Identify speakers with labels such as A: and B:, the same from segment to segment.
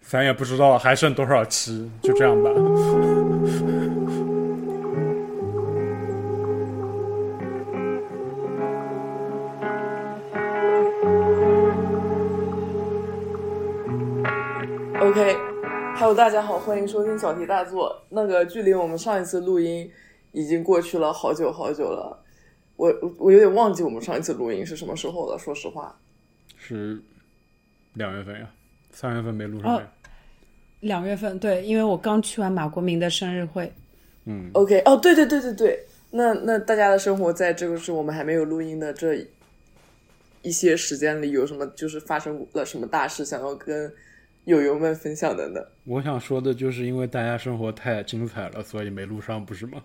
A: 咱也不知道还剩多少期，就这样吧。
B: OK，Hello，大家好，欢迎收听小题大做。那个距离我们上一次录音已经过去了好久好久了，我我有点忘记我们上一次录音是什么时候了。说实话，
A: 是两月份呀、三月份没录
C: 哦
A: 上呀。
C: 两月份，对，因为我刚去完马国明的生日会，
A: 嗯，
B: OK，哦，对对对对对，那那大家的生活在这个是我们还没有录音的这一些时间里，有什么就是发生了什么大事，想要跟友友们分享的呢？
A: 我想说的就是，因为大家生活太精彩了，所以没录上，不是吗？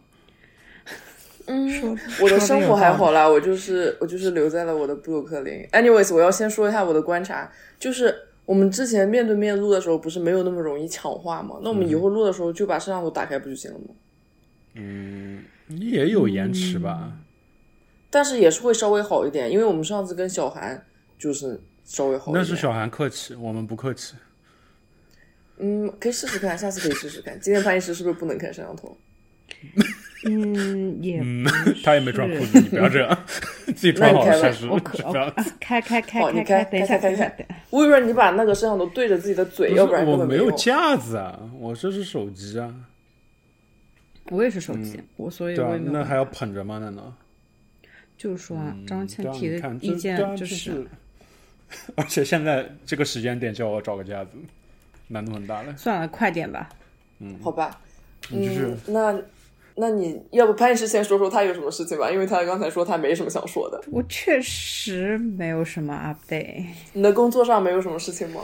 C: 说
B: 我的生活还好啦，我就是我就是留在了我的布鲁克林。Anyways，我要先说一下我的观察，就是我们之前面对面录的时候，不是没有那么容易抢话吗？那我们
A: 嗯
B: 以后录的时候就把摄像头打开不就行了吗？
A: 也有延迟吧？
C: 嗯
B: 但是也是会稍微好一点，因为我们上次跟小韩就是稍微好一点。
A: 那是小韩客气，我们不客气。
B: 嗯，可以试试看，下次可以试试看。今天潘医师是不是不能看摄像头？
C: 嗯，也
A: 嗯， 他也没穿裤子，你不要这 样，自己穿好
B: 那
A: 了
B: 你开
A: 下
B: 吧
A: 次
C: 我可
A: 不要
C: 啊。 开开开
A: 哦
B: 好，你开
C: 开
B: 开
C: 等一
B: 开
C: 下
B: 开
C: 等一下
B: 开。我以为你把那个摄像头对着自己的嘴，要不然
A: 我
B: 根本
A: 没
B: 有
A: 有。架子啊，我这是手机啊，
C: 我也是手机，我所以
A: 对
C: 我
A: 啊
C: 也，没
A: 那
C: 有，
A: 还要捧着吗？难道？
C: 就是说啊，张倩
A: 对啊，
C: 提
A: 你
C: 的
A: 看
C: 意
A: 这
C: 见
A: 对啊就
C: 就，
A: 是 而且现在这个时间点叫我找个架子，难度很大了。
C: 算了，快点吧。
B: 好吧，
A: 你 就是
B: 嗯，那那你要不潘医师先说说他有什么事情吧，因为他刚才说他没什么想说的。
C: 我确实没有什么 update，
B: 你的工作上没有什么事情吗？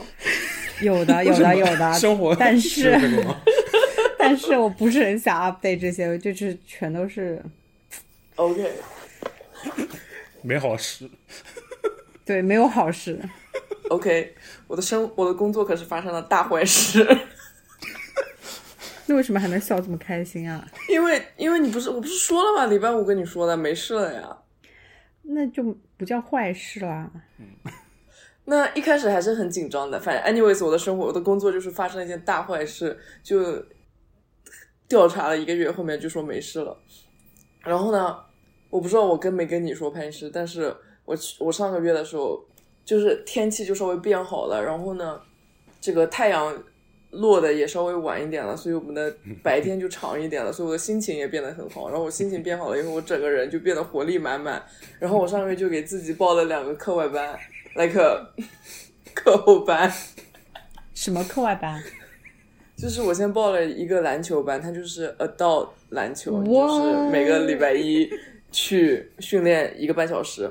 C: 有的有的有的，
A: 生活，
C: 但
A: 是
C: 是
A: 这个吗？
C: 但是我不是很想 update 这些，我就是全都是
B: OK，
A: 没好事。
C: 对没有好事。
B: OK，我的生我的工作可是发生了大坏事，
C: 那为什么还能笑这么开心啊？
B: 因为因为你不是我不是说了吗？礼拜五跟你说的，没事了呀。
C: 那就不叫坏事啦。
B: 那一开始还是很紧张的，反正 anyways，我的生活我的工作就是发生了一件大坏事，就调查了一个月，后面就说没事了。然后呢，我不知道我跟没跟你说潘医师，但是我去我上个月的时候，就是天气就稍微变好了，然后呢，这个太阳落的也稍微晚一点了，所以我们的白天就长一点了，所以我的心情也变得很好。然后我心情变好了以后，我整个人就变得活力满满。然后我上个月就给自己报了两个课外班，like a- 课后班。
C: 什么课外班？
B: 就是我先报了一个篮球班，它就是 adult 篮球，就
C: 哇
B: 是每个礼拜一去训练一个半小时。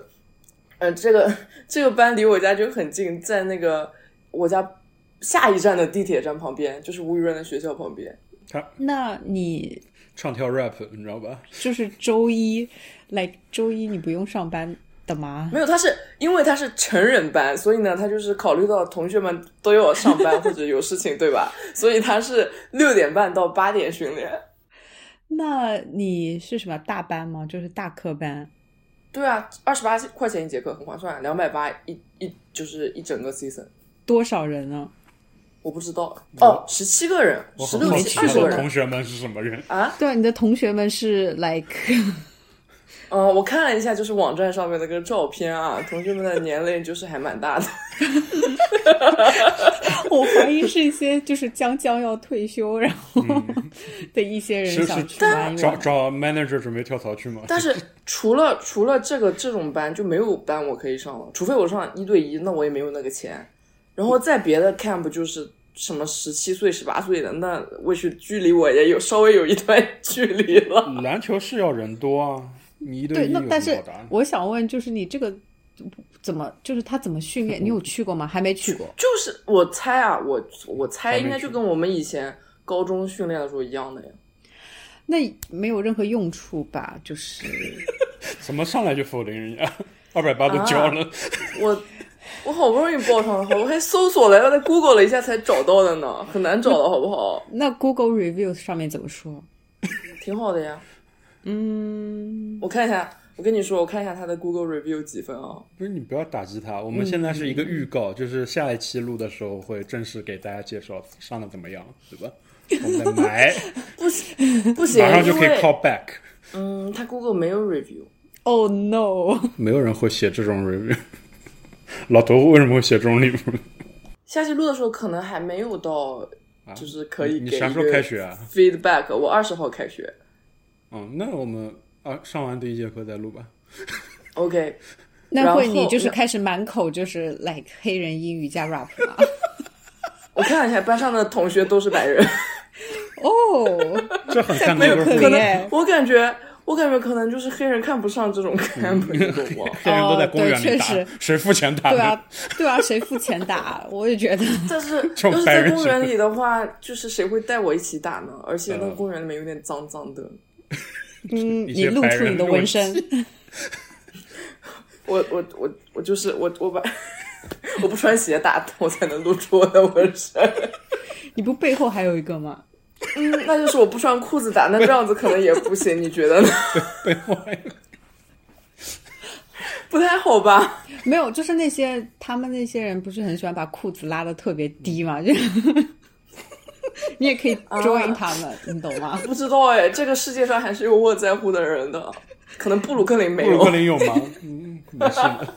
B: 嗯、这个这个班离我家就很近，在那个我家下一站的地铁站旁边，就是吴雨润的学校旁边。
A: 他
C: 那你
A: 唱跳 rap，你知道吧？
C: 就是周一来周一你不用上班的吗？
B: 没有，他是因为他是成人班，所以呢，他就是考虑到同学们都要上班或者有事情，对吧？所以他是六点半到八点训练。
C: 那你是什么大班吗？就是大课班？
B: 对啊，二十八块钱一节课很划算，啊两百八一一就是一整个 season。
C: 多少人啊呢？
B: 我不知道哦，十七个人，
A: 我
B: 十
A: 很
B: 六
A: 好奇
B: 七
A: 他
B: 二十个
A: 的同
B: 人。
A: 学们是什么人。
C: 对啊，你的同学们是 like
B: 嗯，我看了一下，就是网站上面的那个照片啊，同学们的年龄就是还蛮大的。
C: 我怀疑是一些就是将将要退休然后 的一些
A: 嗯是
C: 人想
A: 是
C: 去玩一
A: 找
C: 玩。
A: 找 manager 准备跳槽去吗？
B: 但是除了除了这个这种班，就没有班我可以上了，除非我上一对一，那我也没有那个钱。然后在别的 camp 就是什么十七岁、十八岁的，那我去距离我也有稍微有一段距离了。
A: 篮球是要人多啊，你一
C: 对，
A: 一有
C: 那
A: 什么
C: 但是
A: 好啊答案？
C: 我想问，就是你这个怎么，就是他怎么训练？你有去过吗？还没去过。
B: 就是我猜啊，我我猜
A: 还没
B: 应该就
A: 去
B: 跟我们以前高中训练的时候一样的呀。
C: 那没有任何用处 吧？就是
A: 怎么上来就否定人家？ 二百八都
C: 啊
A: 交了，
B: 我我好不容易报上了，我还搜索来了，在 Google 了一下才找到的呢，很难找的好不好？
C: 那 Google Review 上面怎么说？
B: 挺好的呀，
C: 嗯，
B: 我看一下，我跟你说，我看一下他的 Google review 几分啊、
A: 不是你不要打击他，我
C: 嗯
A: 们现在是一个预告，就是下一期录的时候会正式给大家介绍上的怎么样，对 吧？我们再买，
B: 不行，
A: 马上就可以
B: 因为
A: call back。
B: 嗯，他 Google 没有 review，
C: Oh no！
A: 没有人会写这种 review。老头为什么会写这种 review？
B: 下期录的时候可能还没有到，就是可以
A: 啊你
B: 给
A: 啥时候
B: 一个
A: 开学啊
B: feedback。我二十号开学
A: 嗯，那我们啊上完第一节课再录吧。
B: ，OK，然
C: 那
B: 后
C: 会你就是开始满口就是 like 黑人英语加 rap 吗？
B: 我看了一下班上的同学都是白人，
C: 哦，
A: 这很看
C: 没
A: 那
C: 有
A: 个
C: 可
A: 会
B: 可
C: 怜
B: 能我感觉我感觉可能就是黑人看不上这
A: 嗯
B: 种看不懂啊。
A: 黑人都在
C: 哦
A: 公园
C: 对
A: 里打
C: 确实，
A: 谁付钱打
C: 对
A: 呢？
C: 啊，对啊，谁付钱 打？我也觉得，
B: 但是
A: 这种
B: 要是
A: 白
B: 在
A: 人
B: 公
A: 是
B: 园里的话，就是谁会带我一起打呢？而且那个
A: 嗯
B: 公园里面有点脏脏的，
C: 嗯，
A: 一
C: 你
A: 些
C: 露
A: 白
C: 出
A: 人
C: 你的
A: 肉
C: 纹身，
B: 我我我我就是我我把我不穿鞋打，我才能露出我的纹身。
C: 你不背后还有一个吗？
B: 嗯，那就是我不穿裤子打，那这样子可能也不行，你觉 得呢？ 不太好吧？
C: 没有，就是那些他们那些人不是很喜欢把裤子拉的特别低 嘛，就是 你也可以
B: 啊
C: join 他们，你懂吗？
B: 不知道哎，这个世界上还是有我在乎的人的，可能布鲁克林没
A: 布鲁克
B: 有。
A: 林有吗？嗯，没事的。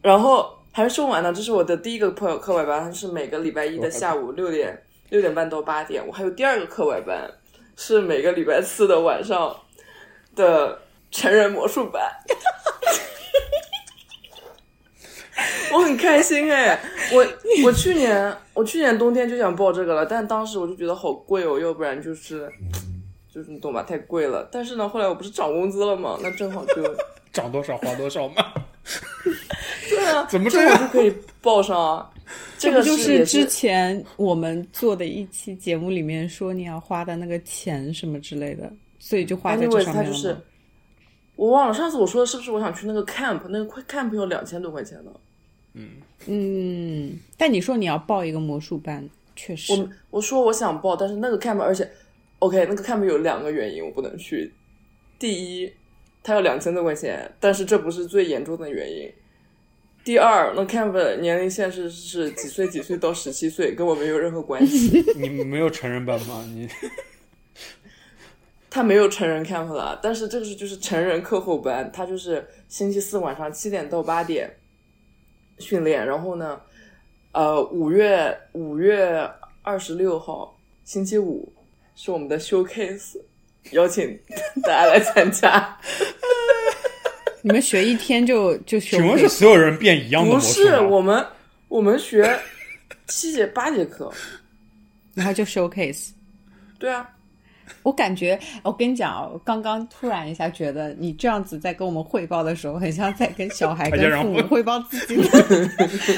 B: 然后还是说完呢，这是我的第一个课课外班，是每个礼拜一的下午六点六点半到八点。我还有第二个课外班，是每个礼拜四的晚上的成人魔术班。 我很开心哎、我我去年我去年冬天就想报这个了，但当时我就觉得好贵哦，要不然就是就是你懂吧，太贵了。但是呢，后来我不是涨工资了吗？那正好就
A: 涨多少花多少嘛。
B: 对啊，
A: 怎么这
B: 这
A: 样
B: 我就可以报上 啊？这
C: 不
B: 个
C: 就是
B: 也
C: 之
B: 是
C: 前我们做的一期节目里面说你要花的那个钱什么之类的，所以就花在这
B: anyways，
C: 上
B: 他
C: 面
B: 就
C: 了
B: 是
C: 吗。
B: 我忘了上次我说的是不是我想去那个 camp，那个 camp 要两千多块钱呢。
C: 嗯，但你说你要报一个魔术班，确实
B: 我我说我想报，但是那个 camp，而且 OK，那个 camp 有两个原因我不能去。第一，它要两千多块钱，但是这不是最严重的原因。第二，那 camp 的年龄限制是几岁几岁到十七岁，跟我没有任何关系。
A: 你没有成人版吗？你
B: 他没有成人 camp 了，但是这个是就是成人课后班，他就是星期四晚上七点到八点训练，然后呢，呃，五月五月二十六号星期五是我们的 showcase，邀请大家来参加。
C: 你们学一天就就学
A: 请问
C: 会
A: 是所有人变一样的
B: 不
A: 魔术
B: 是
A: 吗？
B: 我们我们学七节八节课，
C: 然后就 showcase。
B: 对啊，
C: 我感觉，我跟你讲啊，我刚刚突然一下觉得，你这样子在跟我们汇报的时候，很像在跟小孩、
A: 大
C: 跟
A: 家让
C: 父母
A: 我
C: 汇报自己的，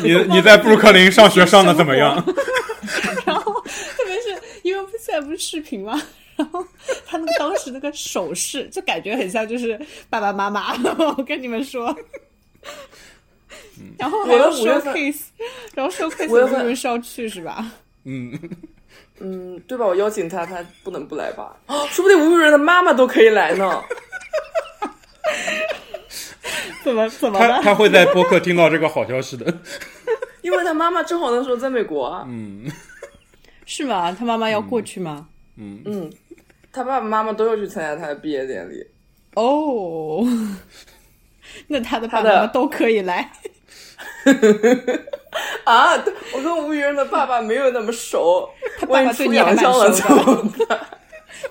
A: 你你在布鲁克林上学上的怎么样？
C: 然后特别是因为现在不是视频吗？然后他那个当时那个手势，就感觉很像就是爸爸妈妈。我跟你们说，然后还有
B: 我的五月份
C: showcase，然后 showcase
B: 五月
C: 你
B: 份
C: 们是要去是吧？
A: 嗯，
B: 嗯，对吧？我邀请他，他不能不来吧？啊，说不定吴雨人的妈妈都可以来呢。
C: 怎么怎么
A: 他
C: 了？
A: 他会在播客听到这个好消息的。
B: 因为他妈妈正好那时候在美国啊，嗯
C: 是吗？他妈妈要过去吗？
B: 嗯他爸爸妈妈都要去参加他的毕业典礼。
C: 哦，那他的爸
B: 他
C: 爸
B: 的
C: 妈妈都可以来。
B: 啊，对我跟吴雨人的爸爸没有那么熟，他
C: 爸爸对你
B: 洋
C: 还蛮
B: 相了
C: 熟
B: 怎
C: 的
B: 么办？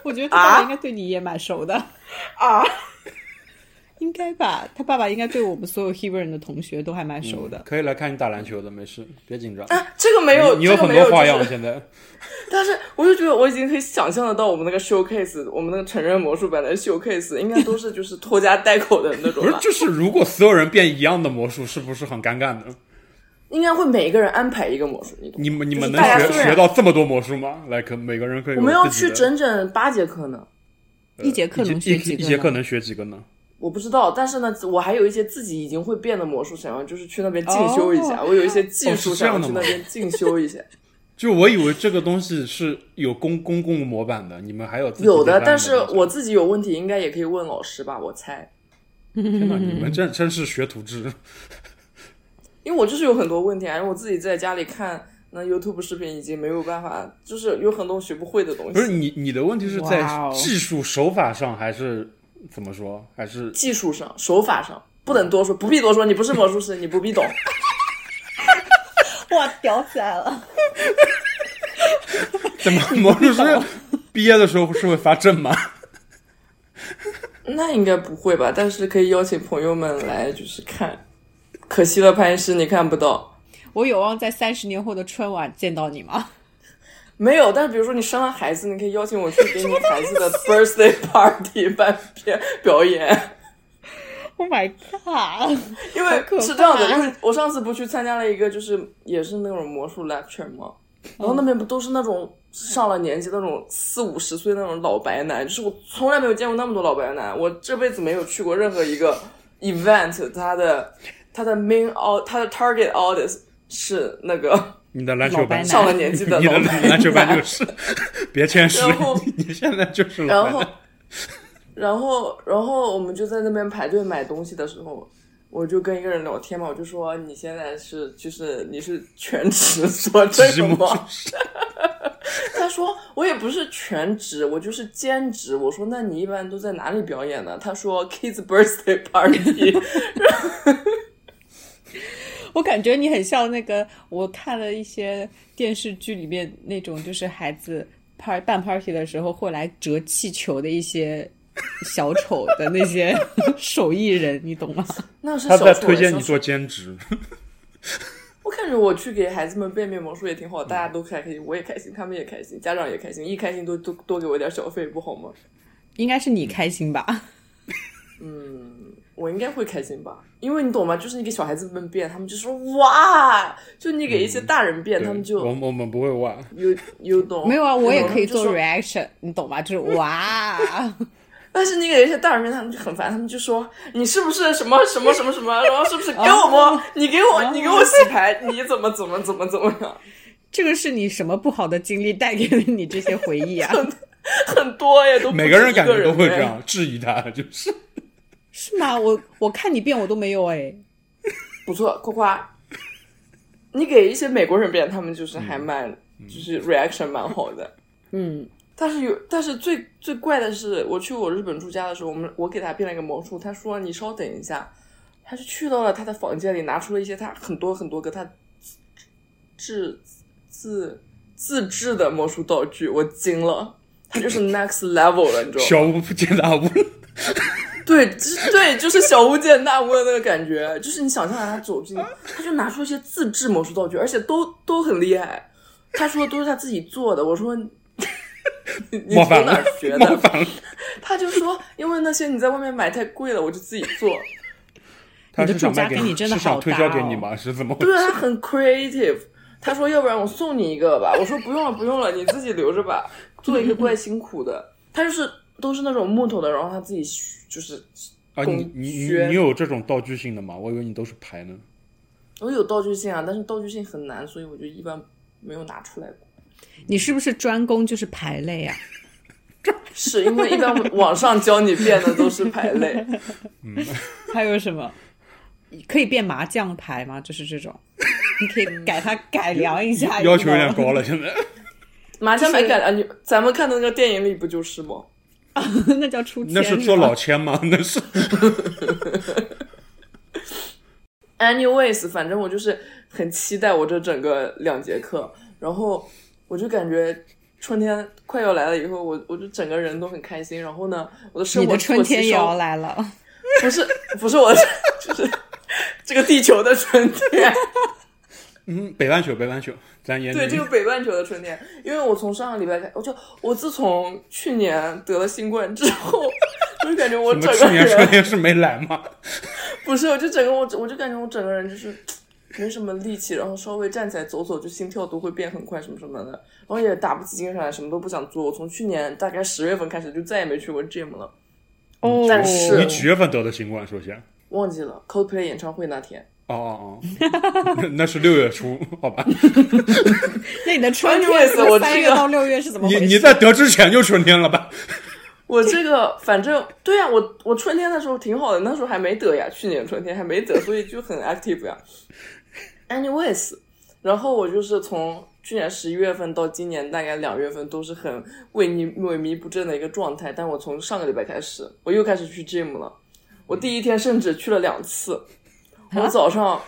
C: 我觉得他爸
B: 啊
C: 爸应该对你也蛮熟的，
B: 啊，
C: 应该吧？他爸爸应该对我们所有 Hebrew 人的同学都还蛮熟的。
A: 可以来看你打篮球的，没事，别紧张。
B: 啊这个没有，
A: 你有
B: 哎这个
A: 很
B: 没有
A: 多花
B: 就
A: 样，
B: 是
A: 现 在
B: 但是我就觉得我已经可以想象得到我们那个 showcase，我们那个成人魔术版的 showcase 应该都是就是拖家带口的那种
A: 不是
B: 吧，
A: 就是如果所有人变一样的魔术，是不是很尴尬呢？
B: 应该会每一个人安排一个魔术，你懂吗？
A: 你们你们
B: 就
A: 能
B: 是大家
A: 学
B: 虽然
A: 学到这么多魔术吗？来，可每个人可以有
B: 我们要
A: 自己
B: 去
A: 的
B: 整整八节课呢。
C: 一节课能
A: 呃一节
C: 学几
A: 一
C: 个？
A: 一节课？能学几个呢？
B: 我不知道，但是呢，我还有一些自己已经会变的魔术，想要就是去那边进修一下。我有一些技
A: 哦是
B: 术
A: 这
B: 想
A: 样
B: 要
A: 的
B: 去
A: 吗
B: 那边进修一下。
A: 就我以为这个东西是有公公共模板的，你们还有自己
B: 有的，
A: design
B: 但是
A: 东西
B: 我自己有问题，应该也可以问老师吧，我猜，
A: 天哪，你们真真是学徒制。
B: 因为我就是有很多问题啊，因为我自己在家里看那 YouTube 视频已经没有办法，就是有很多学不会的东
A: 不是
B: 西，
A: 你你的问题是在
C: 哇哦
A: 技术手法上，还是怎么说？还是
B: 技术上、手法上不能多说，不必多说，你不是魔术师，你不必懂。
C: 哇，屌起来了！
A: 怎么魔术师毕业的时候是会发证吗？
B: 那应该不会吧？但是可以邀请朋友们来，就是看。可惜了，潘医师，你看不到。
C: 我有望在三十年后的春晚见到你吗？
B: 没有，但是比如说你生了孩子，你可以邀请我去给你孩 子的 birthday party 办片表演，
C: Oh my god！
B: 因
C: 好
B: 为
C: 可怕
B: 是这样的，因为我上次不去参加了一个，就是也是那种魔术 lecture 吗？然后那边不都是那种上了年纪那种四五十岁那种老白男，就是我从来没有见过那么多老白男，我这辈子没有去过任何一个 event，他的他的 main out 他的 target audience 是那个
A: 你的篮球班
C: 老白男
B: 上了年 纪的
A: 你
B: 老
A: 的
B: 白
A: 篮球班就是，别谦虚
B: 然后，
A: 你你现在就是老板
B: 然后， 然后，然后我们就在那边排队买东西的时候，我就跟一个人聊天嘛，我就说你现在是就是你是全职做这
A: 职
B: 个
A: 魔
B: 吗？
A: 术师
B: 他说我也不是全职，我就是兼职。我说那你一般都在哪里表演呢？他说 kids birthday party。
C: 我感觉你很像那个，我看了一些电视剧里面那种，就是孩子 par 办 party 的时候会来折气球的一些小丑的那 些手艺人，你懂吗？
B: 那是
A: 他
B: 小
A: 在
B: 丑
A: 推荐
B: 小
A: 你
B: 丑
A: 做兼职，
B: 我感觉我去给孩子们变变魔术也挺好，大家都开心，我也开心，他们也开心，家长也开心，一开心都多多给我点小费不好吗？
C: 应该是你开心吧？
B: 我应该会开心吧，因为你懂吗？就是你给小孩子们变，他们就说哇；就你给一些大人变，
A: 对
B: 他们
A: 我
B: 就
A: 们我们不会哇，
B: 有有懂。
C: 没有啊，我也可以做
B: 他们就说
C: reaction，你懂吗？就是哇，
B: 但是你给一些大人变，他们就很烦，他们就说你是不是什么 什么什么什么，然后是不是给我
C: 哦
B: 摸？你给我你给我洗牌，你怎么怎么怎么怎么样？
C: 啊这个是你什么不好的经历带给了你这些回忆啊？
B: 很多呀，都不
A: 每
B: 个
A: 个人感觉都会这
B: 人哎，
A: 样质疑他，就是
C: 是吗？我我看你变我都没有哎，
B: 不错，夸夸。你给一些美国人变，他们就是
A: 嗯
B: 还蛮、就是 reaction 蛮好的。
C: 嗯，
B: 但是有，但是最最怪的是，我去我日本住家的时候，我们我给他变了一个魔术，他说你稍等一下，他就去到了他的房间里，拿出了一些他很多很多个他自自自制的魔术道具，我惊了，他就是 next level 了，你知道吗？
A: 小巫见大巫。
B: 对，就是对，就是小巫见大巫的那个感觉，就是你想象一下，他走进，他就拿出一些自制魔术道具，而且都都很厉害，他说都是他自己做的，我说。你 你
A: 冒
B: 从
A: 犯
B: 哪
A: 了
B: 儿学，的
A: 冒？犯了。
B: 他就说，因为那些你在外面买太贵了，我就自己做。
A: 他
C: 你的
A: 是想
C: 住家
A: 卖给
C: 跟你真的
A: 是想
C: 好
A: 推
C: 搭
A: 销给
C: 哦
A: 你吗？是怎么回
B: 对
A: 事？
B: 啊，他很 creative。他说，要不然我送你一个吧。我说不用了，不用了，你自己留着吧。做一个怪辛苦的，他就是都是那种木头的，然后他自己就是。
A: 啊，你你你
B: 轩
A: 你有这种道具性的吗？我以为你都是牌呢。
B: 我有道具性啊，但是道具性很难，所以我就一般没有拿出来过。
C: 你是不是专攻就是排类 啊？
B: 是因为一般网上教你变的都是排类，
C: 还有什么？可以变麻将牌吗？就是这种，你可以改它改良一下，
A: 要求嗯有
C: 你知道
A: 点
C: 吗
A: 高了，现 在。
B: 麻将牌感啊，你咱们看的那个电影里不就是吗？
C: 那叫出千，
A: 那是做
C: 吧
A: 老千吗？那是
B: Anyways，反正我就是很期待我这整个两节课，然后我就感觉春天快要来了以后，我我就整个人都很开心。然后呢，我的生
C: 你
B: 活
C: 的春天也要
B: 摇，
C: 来
A: 嗯
C: 了，
B: 不是不是我 的，就是这个地球的春天，
A: 嗯，北半球，北半球，咱眼
B: 对
A: 里
B: 这个北半球的春天。因为我从上个礼拜开，我就我自从去年得了新冠之后， 我就感觉我
A: 什
B: 整
A: 么
B: 个
A: 去年春
B: 人
A: 天是没来吗？
B: 不是，我就整个我我就感觉我整个人就是没什么力气，然后稍微站起来走走，就心跳都会变很快，什么什么的，然后也打不起精神来，什么都不想做。我从去年大概十月份开始就再也没去过 gym 了，
C: 哦
B: 但是
A: 你几月份得的新冠？首先，
B: 忘记了 Coldplay 演唱会那天，
A: 哦哦 哦，那那是六月初，好吧？
C: 那你的春
B: Anyways，
C: 天是
B: 我
C: 三
B: 这
C: 月
B: 个
C: 到六月是怎么回
A: 你
C: 事？
A: 你在得知前就春天了吧？
B: 我这个反正对呀、我我春天的时候挺好的，那时候还没得呀，去年春天还没得，所以就很 active 呀。Anyways，然后我就是从去年十一月份到今年大概两月份都是很萎靡萎靡不振的一个状态，但我从上个礼拜开始，我又开始去 gym 了。我第一天甚至去了两次，我早上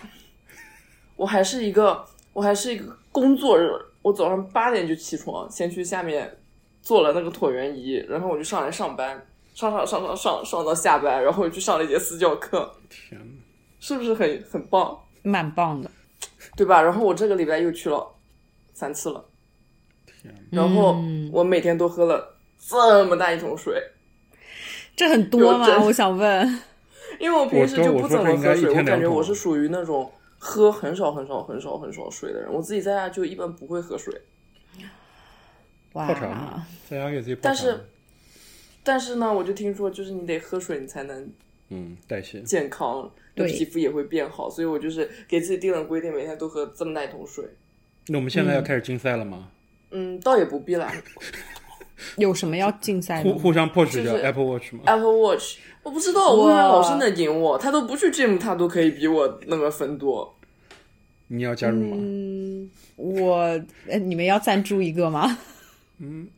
B: 我还是一个我还是一个工作日，我早上八点就起床，先去下面做了那个椭圆仪，然后我就上来上班，上上上上上上到下班，然后我去上了一节私教课，
A: 天哪，
B: 是不是很很棒，
C: 蛮棒的，
B: 对吧？然后我这个礼拜又去了三次了，
A: 天哪！
B: 然后我每天都喝了这么大一桶水，
C: 这很多
B: 有
C: 吗？
B: 真
C: 我想问，
B: 因为我平时就不怎么
A: 我说我说这
B: 喝
A: 应该
B: 水，
A: 一
B: 我
A: 天两
B: 感觉
A: 桶
B: 我是属于那种喝很少很少很少很少水的人，我自己在家就一般不会喝水。
C: 哇
A: 泡茶嘛，在家给自己泡茶。
B: 但是但是呢，我就听说，就是你得喝水，你才能
A: 嗯，代谢
B: 健康，你
C: 对
B: 皮肤也会变好。所以我就是给自己定了规定，每天都喝这么大一桶水。
A: 那我们现在要开始竞赛了吗？
B: 嗯，倒也不必 啦。
C: 有什么要竞赛的
A: 互
C: 吗？
A: 互相 push 一下
B: 就是啊
A: Apple Watch 吗？
B: Apple Watch，我不知道我为啥
C: 哇
B: 老是能赢我，他都不去 gym，他都可以比我那个分多。
A: 你要加入吗？
C: 嗯，我呃你们要赞助一个吗？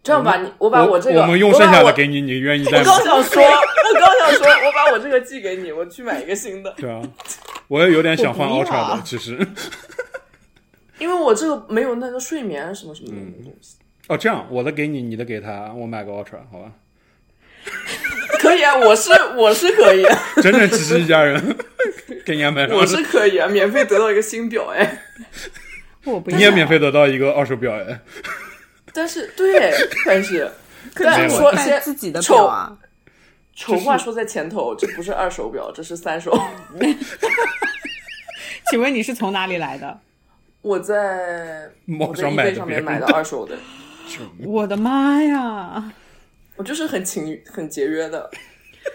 B: 这样吧，你我把
A: 我
B: 这个，
A: 我
B: 我
A: 们用剩下
B: 把
A: 的
B: 我
A: 给你，你愿意带
B: 我
A: 吗？
B: 刚想说， 我刚想说，我把我这个寄给你，我去买一个新的，
A: 对啊，我也有点想换
C: 我不要
B: 啊
A: Ultra 的，其实。
B: 因为我这个没有那个睡眠啊什么什么的东西。
A: 哦，这样我的给你，你的给他，我买个 Ultra 好吧？
B: 可以啊，我是我是 可以啊，
A: 整整齐齐一家人， 给你安排上。
B: 我是可以啊，免费得到一个新表哎。
C: 我不要。
A: 你也免费得到一个二手表哎演。
B: 但是对，但是，但
A: 是
B: 是
A: 我
B: 说
C: 带
B: 先
C: 自己的
B: 丑
C: 表啊，
B: 丑话说在前头，这不是二手表，这是三手。
C: 请问你是从哪里来的？
B: 我 在
A: 网
B: 我在
A: 上
B: 易
A: 买
B: 贝
A: 的
B: 上
A: 别
B: 面
A: 人
B: 买的
A: 的
B: 二手的，
C: 我的妈呀！
B: 我就是很勤很节约的。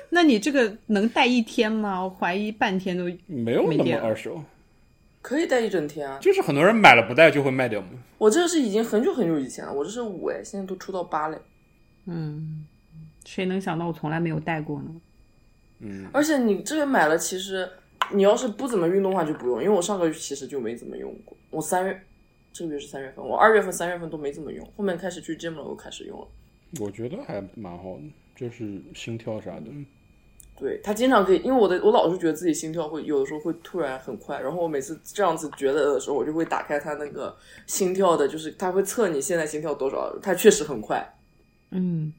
C: 那你这个能戴一天吗？我怀疑半天都
A: 没有那
C: 没
A: 么
C: 电了
A: 二手，
B: 可以戴一整天啊！
A: 就是很多人买了不戴就会卖掉嘛。
B: 我这个是已经很久很久以前了，我这是五哎，现在都出到八嘞。
C: 嗯，谁能想到我从来没有戴过呢？
A: 嗯
B: 而且你这个买了，其实你要是不怎么运动的话就不用，因为我上个月其实就没怎么用过。我三月这个月是三月份，我二月份、三月份都没怎么用，后面开始去 gym 了，我开始用了。
A: 我觉得还蛮好的，就是心跳啥的。
B: 对他经常可以，因为我的我老是觉得自己心跳会有的时候会突然很快，然后我每次这样子觉得的时候，我就会打开他那个心跳的，就是他会测你现在心跳多少，他确实很快。
C: 嗯，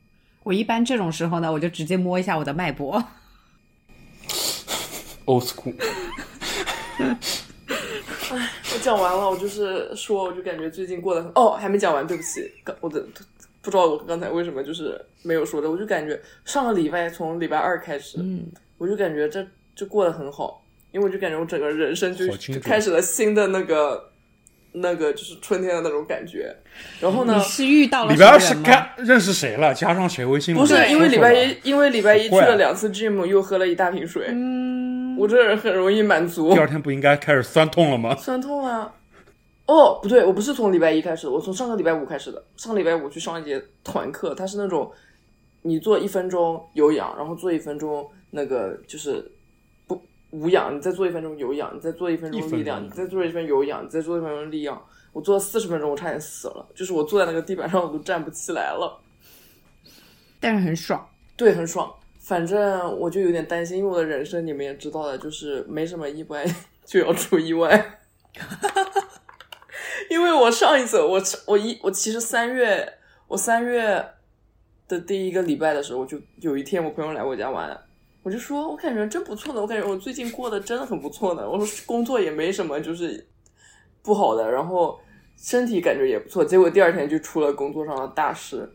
C: 我一般这种时候呢，我就直接摸一下我的脉搏，
A: Old school，
B: 我讲完了，我就是说，我就感觉最近过得很哦，还没讲完，对不起，刚我的不知道我刚才为什么就是没有说的，我就感觉上个礼拜从礼拜二开始，
C: 嗯，
B: 我就感觉这就过得很好，因为我就感觉我整个人生就
A: 好清楚
B: 开始了新的那个那个就是春天的那种感觉，然后呢
C: 你。是遇到了
A: 礼拜二
C: 什
A: 是
C: 么人吗？
A: 看认识谁了，加上谁微信了？
B: 不是
A: 嗯对
B: 因为礼拜
A: 说
B: 一，因为礼拜一去
A: 怪啊
B: 了两次 gym，又喝了一大瓶水。
C: 嗯，
B: 我这人很容易满足
A: 出来第，二天不应该开始酸痛了吗？
B: 酸痛啊。哦，不对，我不是从礼拜一开始的，我从上个礼拜五开始的。上个礼拜五去上一节团课，它是那种你做一分钟有氧，然后做一分钟那个就是不无氧，你再做一分钟有氧，你再做一分
A: 一
B: 钟
A: 分
B: 力量，
A: 钟
B: 你再做一分钟有氧，你再做一分钟力量。我做了四十分钟，我差点死了，就是我坐在那个地板上我都站不起来了。
C: 但是很爽。
B: 对，很爽。反正我就有点担心，因为我的人生你们也知道的，就是没什么意外就要出意外。 因为我上一次，我我一我其实三月，我三月的第一个礼拜的时候，我就有一天我朋友来我家玩，我就说我感觉真不错呢，我感觉我最近过得真的很不错呢。我说工作也没什么，就是不好的，然后身体感觉也不错。结果第二天就出了工作上的大事，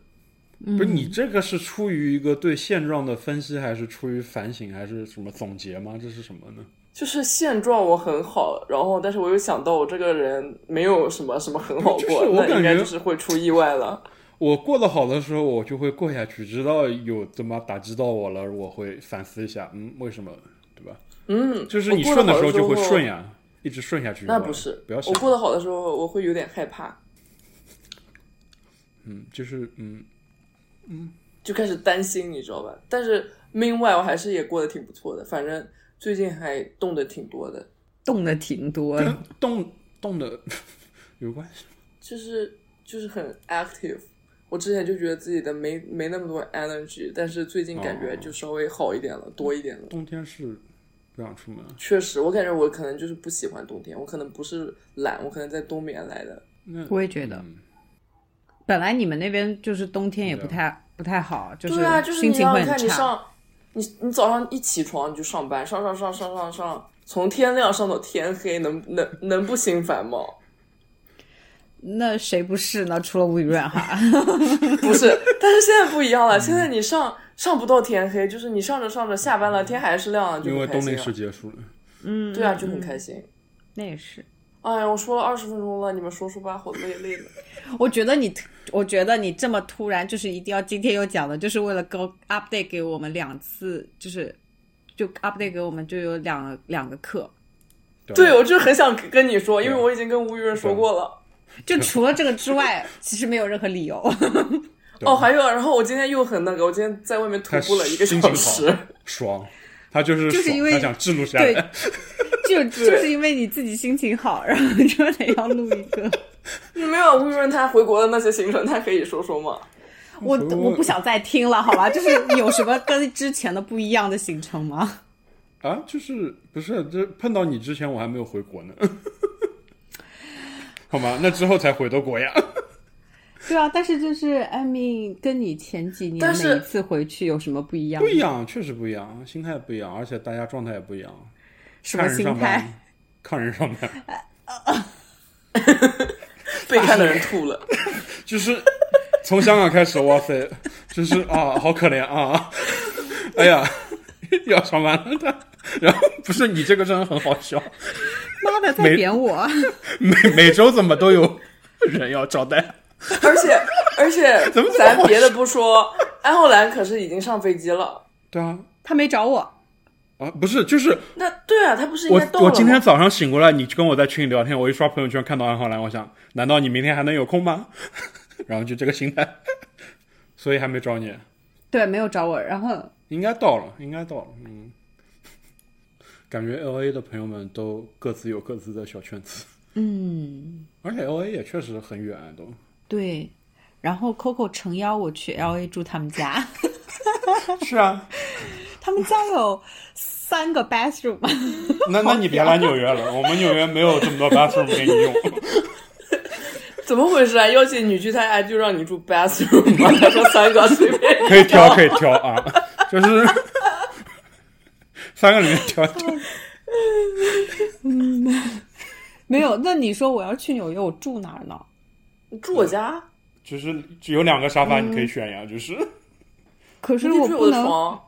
C: 嗯、
A: 不是你这个是出于一个对现状的分析，还是出于反省，还是什么总结吗？这是什么呢？
B: 就是现状我很好，然后但是我又想到我这个人没有什么什么很 好
A: 就是
B: 过，
A: 我
B: 那
A: 感
B: 应该
A: 觉
B: 就是会出意外了。
A: 我过得好的时候，我就会过下去，直到有他妈打击到我了，我会反思一下，嗯，为什么，对吧？
B: 嗯，
A: 就是
B: 我
A: 你
B: 过
A: 顺
B: 得
A: 的
B: 好
A: 时
B: 的
A: 候就会顺
B: 呀。
A: 呀，一直顺下去就
B: 那
A: 完了。
B: 不是，
A: 不要想
B: 我过得好的时候，我会有点害怕，
A: 嗯，就是嗯，
B: 就开始担心，你知道吧？但是 meanwhile 我还是也过得挺不错的，反正最近还动的挺多的，
C: 动的挺多的
A: 跟。动动的 有关系。
B: 就是就是很 active。我之前就觉得自己的没没那么多 energy，但是最近感觉
A: 哦
B: 就稍微好一点了，多一点了。
A: 冬天是不想出门，
B: 确实，我感觉我可能就是不喜欢冬天，我可能不是懒，我可能在冬眠来的。
A: 那
C: 我也觉得
A: 嗯
C: 本来你们那边就是冬天也不
A: 对啊
C: 太不太好，就
B: 对啊，就是
C: 心
B: 你
C: 情
B: 要
C: 会
B: 看
C: 很
B: 你
C: 差。
B: 上，你你早上一起床你就上班，上上上上上上，从天亮上到天黑，能能能不心烦吗？
C: 那谁不是呢？除了吴雨润哈，
B: 不是，但是现在不一样了，现在你上上不到天黑，就是你上着上着下班了，天还是亮了，就
A: 因为
B: 很开
A: 冬
B: 心
A: 令
B: 了
A: 时结束了，
C: 嗯，
B: 对啊，就很开心。
C: 那也是。
B: 哎呀，我说了二十分钟了，你们说说吧，好累累
A: 嗯
B: 了。
C: 我觉得你，我觉得你这么突然，就是一定要今天又讲的，就是为了给我 update 给我们两次，就是就 update 给我们就有两两个课，
B: 对，
A: 吧
B: 我就很想跟你说，因为
A: 对
B: 我已经跟吴雨润说过了。
C: 就除了这个 之外，其实没有任何理由。
B: 哦，还有，然后我今天又很那个，我今天在外面徒
A: 他
B: 步了一个
A: 心
B: 小
A: 情
B: 时
A: 好。，爽，他就是
C: 就是
A: 爽
C: 因为
A: 他想记录下
B: 啊
C: 对
A: 来，
C: 就就是因为你自己心情好，然后就得要录一 个。
B: 没有吴雨润他回国的那些行程，他可以说说吗？
C: 我
A: 我
C: 我不想再听了，好吧？就是有什么跟之前的不一样的行程吗？
A: 啊，就是不是这碰到你之前我还没有回国呢， 好吗？那之后才回的国呀。
C: 对啊，但是就是艾米跟你前几年
B: 但是
C: 每一次回去有什么不一样
A: 不？一样，确实不一样，心态不一样，而且大家状态也不一样。
C: 什
A: 看
C: 么
A: 人
C: 心
A: 上
C: 态？
A: 班，看人上班，
B: 被 看的人吐了。
A: 就是从香港开始，哇塞，就是啊，好可怜啊，哎呀， 又要上班了 他。然后不是你这个真的很好笑，
C: 妈的，在
A: 每
C: 点我！
A: 每每周怎么都有人要招待，
B: 而且而且
A: 怎么这么，
B: 咱
A: 好
B: 别的不说，安浩然可是已经上飞机了。
A: 对啊。
C: 他没找我，
A: 啊，不是，就是
B: 那对啊，他不是应
A: 我
B: 该到，了吗？
A: 我今天早上醒过来，你跟我在群里聊天，我一刷朋友圈看到安浩然，我想，难道你明天还能有空吗？ 然后就这个心态， 所以还没找你。
C: 对，没有找我。然后
A: 应该到了，应该到了，嗯。 感觉 L A 的朋友们都各自有各自的小圈子，
C: 嗯，
A: 而且 L A 也确实很远，都
C: 对。然后 Coco 诚邀我去 L A 住他们家，
A: 是啊。
C: 他们家有三个 bathroom，
A: 那那你别来纽约 了，我们纽约没有这么多 bathroom 给你 用。
B: 怎么回事啊？邀请你去他家就让你住 bathroom 吗？他说三个随便你
A: 可以挑，可以挑啊， 就是三个里面挑一挑。
C: 没有。那你说我要去纽约，我住哪儿呢？
B: 你住我家，
A: 就是 只有两个沙发你可以选呀， 就是
C: 可是
B: 你
C: 我
B: 可以睡
C: 不
B: 我的
C: 能，
B: 床。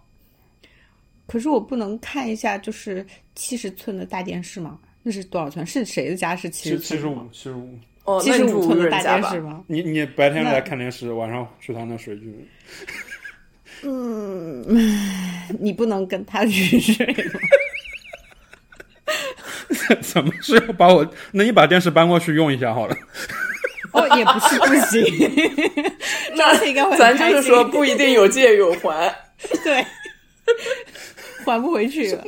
C: 可是我不能看一下就是七十寸的大电视吗？那是多少寸？是谁的家是七
A: 七
C: 十
A: 七
C: 寸
A: 十
C: 的吗？
A: 五，七十五。
B: 哦，
C: 七
B: 那
C: 十
B: 你住
C: 五
B: 五
C: 寸
B: 个
C: 的
B: 人
C: 大
B: 家
C: 电
B: 吧
C: 视。吗？
A: 你你白天
C: 那
A: 来看电视，晚上去他那睡 去。
C: 嗯你不能跟他去睡吗？
A: 怎么是要把我？那你把电视搬过去用一下好了。
C: 哦，也不是不行，
B: 那
C: 这应该会很
B: 咱就
C: 开
B: 是
C: 心
B: 说不一定有借有还。
C: 对，还不回去了。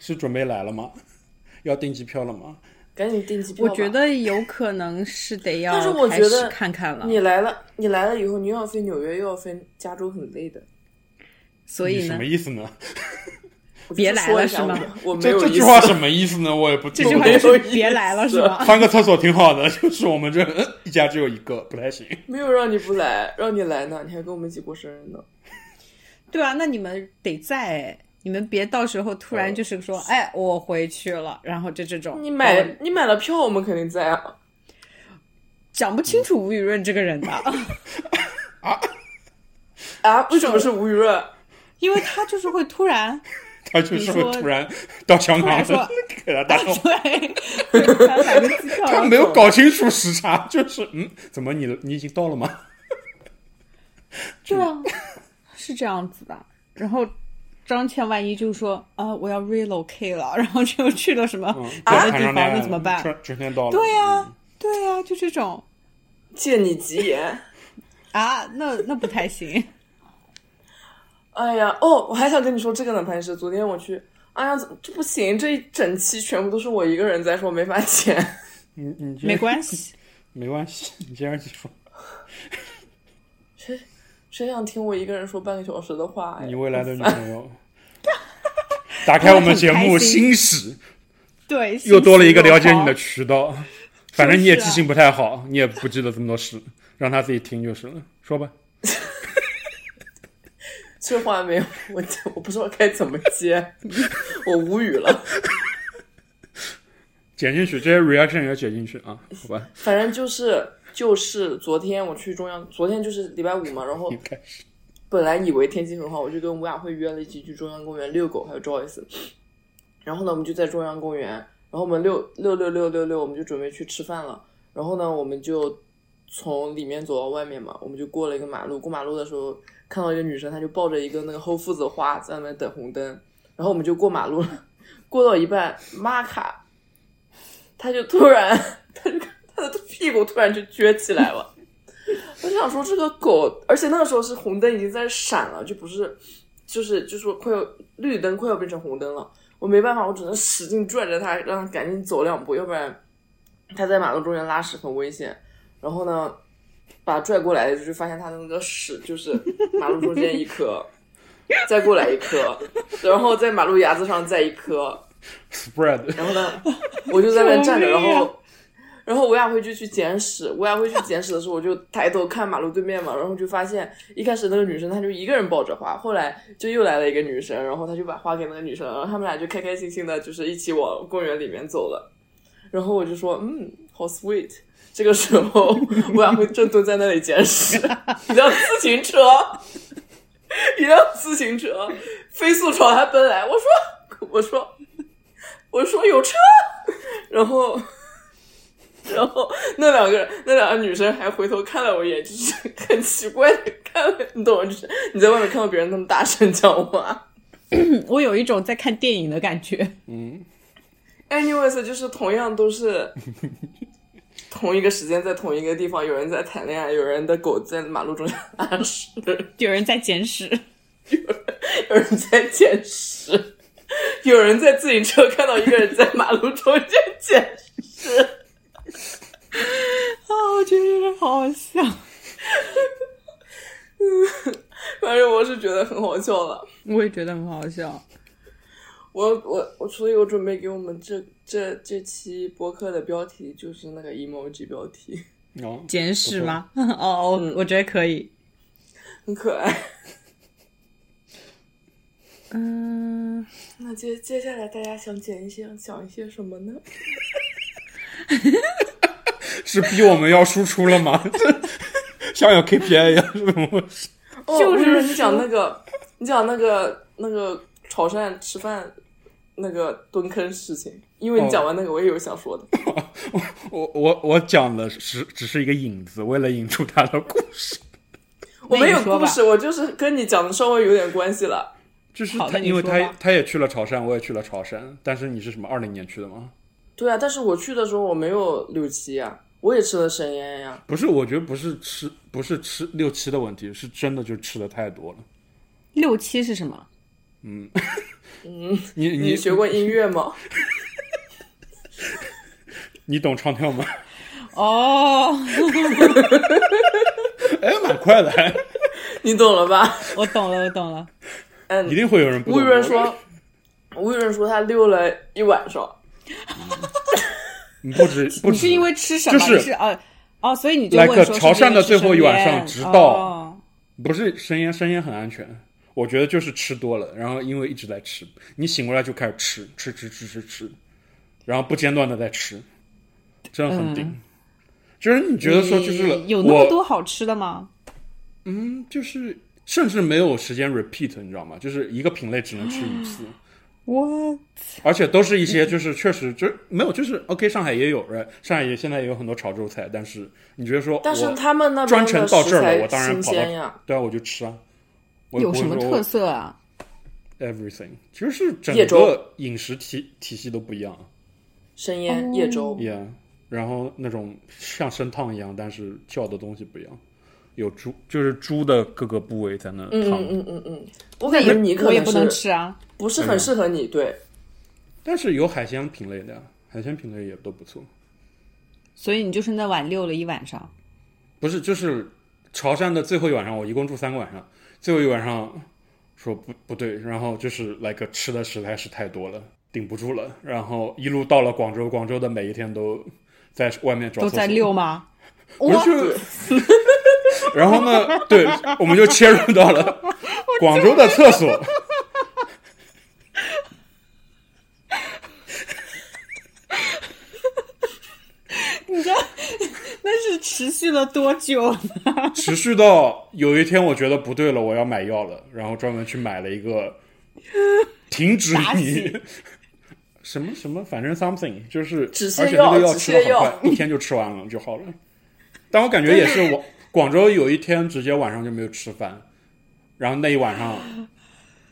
A: 是准备来了吗？ 要订机票了吗？
B: 赶紧订机票
C: 我
B: 吧。
C: 觉得有可能是得要，
B: 但是我觉得
C: 看看了，
B: 你来了，你来了以后，你又要飞纽约，又要飞加州，很累的。
C: 所
A: 你
C: 以
A: 什
C: 呢
A: 么，意思呢？
B: 我就
C: 别来
B: 说一
C: 了
B: 下
C: 是吗？
B: 我我没
A: 这
B: 有
A: 这
B: 意
A: 句
B: 思。
A: 话什么意思呢？我也不
C: 这
A: 这
C: 句话
B: 没有
C: 就是
B: 意思
C: 别 来了是
B: 啊
C: 吗？
A: 翻个厕所挺好的， 就是我们这一家只有一个，不太行。
B: 没有让你不来，让你来呢，你还跟我们一起过生日呢。
C: 对啊，那你们得在，你们别到时候突
A: 哦
C: 然就是说，哎，我回去了，然后就这种，
B: 你买、
C: 哦
B: 你买了票，我们肯定在啊。
C: 讲不清楚吴雨润这个人的，
B: 啊？为什么是吴雨润？
C: 因为他就是会突然，
A: 他就是会
C: 你说
A: 突然到香港
C: 突然说
A: 给他打电话，
C: 对，突然买个机票，然
A: 他
C: 后
A: 没有
C: 走
A: 搞清楚时差，就是嗯，怎么你你已经到了吗？
C: 嗯 对啊，是这样子的。然后张倩万一就说啊，我要 relocate 了，然后就去了什么
A: 嗯，
C: 别的
A: 谈
C: 地
A: 上
C: 方，
A: 恋爱
C: 啊那怎么办？
A: 春春天到了，
C: 对呀、
A: 嗯
C: 对呀、就这种
B: 借你吉言。
C: 啊，那那不 太行。
B: 哎呀，哦，我还想跟你说这个呢，潘医师。昨天我去，哎呀，怎么这不行，这一整期全部都是我一个人在说，没法剪。
A: 你你这
C: 没关系，
A: 没关系，你接着你说，
B: 谁谁想听我一个人说半个小时的话呀？
A: 你未来的女朋 友。打开我们节
C: 很
A: 目
C: 开
A: 新
C: 心
A: 史，
C: 对，
A: 又多了一个了解
C: 信息
A: 你的
C: 落
A: 渠道。 反正你也
C: 就是
A: 记
C: 啊
A: 性不太好，你也不记得这么多事，让他自己听就是了。说吧，
B: 这话没有，我我不知道该怎么接， 我无语了。
A: 剪进去，这些 reaction 也剪进去啊，好吧？
B: 反正就是就是昨天我去中央，昨天就是礼拜五嘛，然后
A: 你开始，
B: 本来以为天气很好，我就跟吴雅慧约了一起去中央公园遛狗，还有 Joyce。然后呢，我们就在中央公园，然后我们遛遛遛遛遛遛，我们就准备去吃饭了。然后呢，我们就从里面走到外面嘛，我们就过了一个马路。过马路的时候，看到一个女生，她就抱着一个那个厚父子花在那边等红灯。然后我们就过马路了，过到一半，玛卡，她就突然，她就她的屁股突然就撅起来了。我就想说这个狗，而且那个时候是红灯已经在闪了，就不是，就是就是快要绿灯快要变成红灯了，我没办法，我只能使劲拽着它，让它赶紧走两步，要不然它在马路中间拉屎很危险。然后呢，把它拽过来的时候就发现它的那个屎就是马路中间一颗，再过来一颗，然后在马路牙子上再一颗，
A: spread
B: 然后呢，我就在 那边站着，
C: 救
B: 然
C: 命啊
B: 后，然后吴雅慧就去捡屎。吴雅慧去捡屎的时候，我就抬头看马路对面嘛，然后就发现一开始那个女生她就一个人抱着花，后来就又来了一个女生，然后她就把花给那个女生，然后他们俩就开开心心的，就是一起往公园里面走了。然后我就说，嗯，好 sweet。这个时候，吴雅慧正蹲在那里捡屎，一辆自行车，一辆自行车飞速朝他奔来。我说，我说，我说有车， 然后， 然后那两个人，那两个女生还回头看了我一眼，就是很奇怪的看了，你懂吗？就是你在外面看到别人那么大声讲话。
C: 跑嗯我有一种在看电影的感觉。
B: anyways，就是同样都是 同一个时间在同一个地方，有人在谈恋爱，有人的狗在马路中间拉屎，
C: 有人在捡屎，
B: 有人在捡屎， 有人在自行车看到一个人在马路中间捡屎。
C: 啊，我觉得真的好好笑。
B: 反正我是觉得很好笑了。
C: 我也觉得很好笑。
B: 我我我，所以我准备给我们这这这期播客的标题就是那个 emoji 标题，
A: 哦，
C: 捡屎吗？ 哦，我我觉得可以。
B: 很可爱。
C: 嗯，
B: 那接接下来大家想剪一些想一些什么呢？
A: 是逼我们要输出了吗？ 像有 KPI 一样，是怎么回事？
B: 哦，
C: 就是
B: 我以为
C: 说
B: 你讲那个，你讲那个那个潮汕吃饭那个蹲坑事情，因为你
A: 哦
B: 讲完那个，我也有想说的。
A: 我我我讲的是只是一个引子，为了引出他的故事，
B: 我没有
C: 那你说吧
B: 故事，我就是跟你讲的稍微有点关系了。
A: 就是
C: 好
A: 他，
C: 的你
A: 因为
C: 说
A: 他
C: 吧
A: 他也去了潮汕，我也去了潮汕，但是你是什么二零年去的吗？
B: 对啊，但是我去的时候我没有六七呀、我也吃了生腌呀、
A: 不是，我觉得不是吃，不是吃六七的问题，是真的就吃的太多了。
C: 六七是什么？
A: 你
B: 你
A: 你
B: 学过音乐吗？
A: 你懂唱跳吗？
C: 哦，
A: 哎，蛮快的，还
B: 你懂了吧？
C: 我懂了，我懂了。
B: 嗯
A: 一，定会有人不
B: 吴
A: 懂
B: 雨
A: 的。
B: 润说，吴雨润说他溜了一晚上，
A: 嗯，不止不
C: 你
A: 止，
C: 是因为吃什么？
A: 就是
C: 你是哦哦，所以你就
A: Like
C: 问说是不是
A: a 潮汕的最后一晚上
C: 因为吃
A: 直
C: 生腌
A: 到
C: 哦
A: 不是生腌，生腌很安全。我觉得就是吃多了，然后因为一直在吃，你醒过来就开始吃，吃吃吃吃吃，然后不间断的在吃，这样很顶。就是你觉得说就是
C: 嗯你有那么
A: 我嗯
C: 多好吃的吗？
A: 就是甚至没有时间 repeat，你知道吗？就是一个品类只能吃一
C: 嗯
A: 次。
C: 我
A: 而且都是一些就是确实就是没有，就是 OK，上海也有人，上海也现在也有很多潮州菜，但是你觉得说，
B: 但是他们那
A: 专
B: 边的
A: 程到这
B: 食
A: 儿了，
B: 材
A: 我当然
B: 新
A: 跑
B: 鲜呀
A: 到，对啊，我就吃啊。我也
C: 有
A: 不会
C: 什么
A: 说
C: 特色啊？
A: everything，其实是整
B: 夜
A: 个
B: 粥
A: 饮食体体系都不一样啊
B: 生
C: 哦
B: 腌、夜粥，
A: ，yeah，然后那种像生烫一样，但是叫的东西不一样，有猪就是猪的各个部位在那
B: 嗯
A: 烫，
B: 嗯嗯嗯嗯，我感觉你可
C: 我也
B: 能
C: 不能
B: 是
C: 吃啊。
B: 不是
A: 嗯
B: 很适合你， 对，
A: 但是有海鲜品类的呀，海鲜品类也都不错，
C: 所以你就是那碗溜了一晚上，
A: 不是就是潮汕的最后一晚上，我一共住三个晚上，最后一晚上说不不对，然后就是来个吃的实在是太多了，顶不住了，然后一路到了广州，广州的每一天都在外面找
C: 都
A: 厕所
C: 在溜吗？
A: 不是就是， 然后呢，对，我们就切入到了广州的厕所。
C: 那是持续了多久呢？
A: 持续到有一天我觉得不对了，我要买药了，然后专门去买了一个 停止
C: 打
A: 你
C: 醒
A: 什么什么，反正 something 就是，
B: 止泻
A: 而且那个
B: 药止
A: 吃的
B: 泻药
A: 很快，一天就吃完了就好了。但我感觉也 是我广州有一天直接晚上就没有吃饭，然后那一晚 上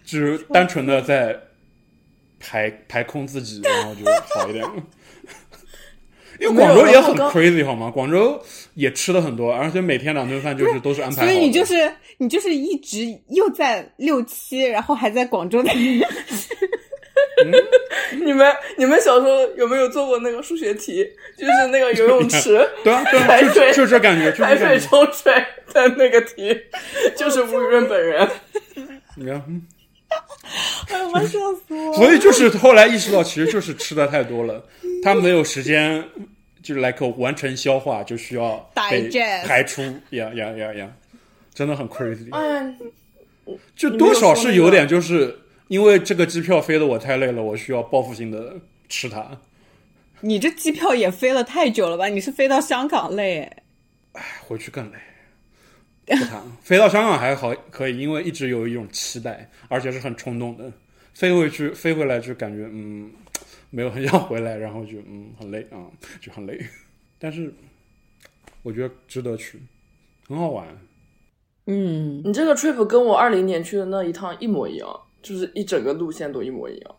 A: 只单纯的在排排空自己，然后就好一点了。 因为
B: 没有
A: 广州也
B: 然后
A: 很
B: 刚
A: crazy 好吗？广州也吃的很多，而且每天两顿饭就是都是安排好
C: 所
A: 的。
C: 以你就是你就是一直又在六七，然后还在广州的
B: 你们你们小时候有没有做过那个数学题？就是那个游 泳池
A: 对啊，对啊，
B: 排
A: 就
B: 水
A: 就就这感觉，就
B: 排
A: 这
B: 水
A: 感觉。
B: 抽水的那个题，就是吴雨润本 人。
A: 你看，嗯
C: 哎呦，我笑死我了！
A: 所以就是后来意识到，其实就是吃的太多了，他没有时间，就是 like 完成消化，就需要被
C: Digest
A: 排出，呀呀呀呀，真的很 crazy。
B: 哎，
A: 就多少
B: 你
A: 是
B: 没有说那个
A: 有点，就是因为这个机票飞的我太累了，我需要报复性的吃它。
C: 你这机票也飞了太久了吧？你是飞到香港累哎？
A: 哎回去更累。不谈了，飞到香港还好可以，因为一直有一种期待，而且是很冲动的。飞回去，飞回来就感觉嗯，没有很想回来，然后就嗯很累啊、就很累。但是我觉得值得去，很好玩。
C: 嗯，
B: 你这个 trip 跟我二零年去的那一趟一模一样，就是一整个路线都一模一样。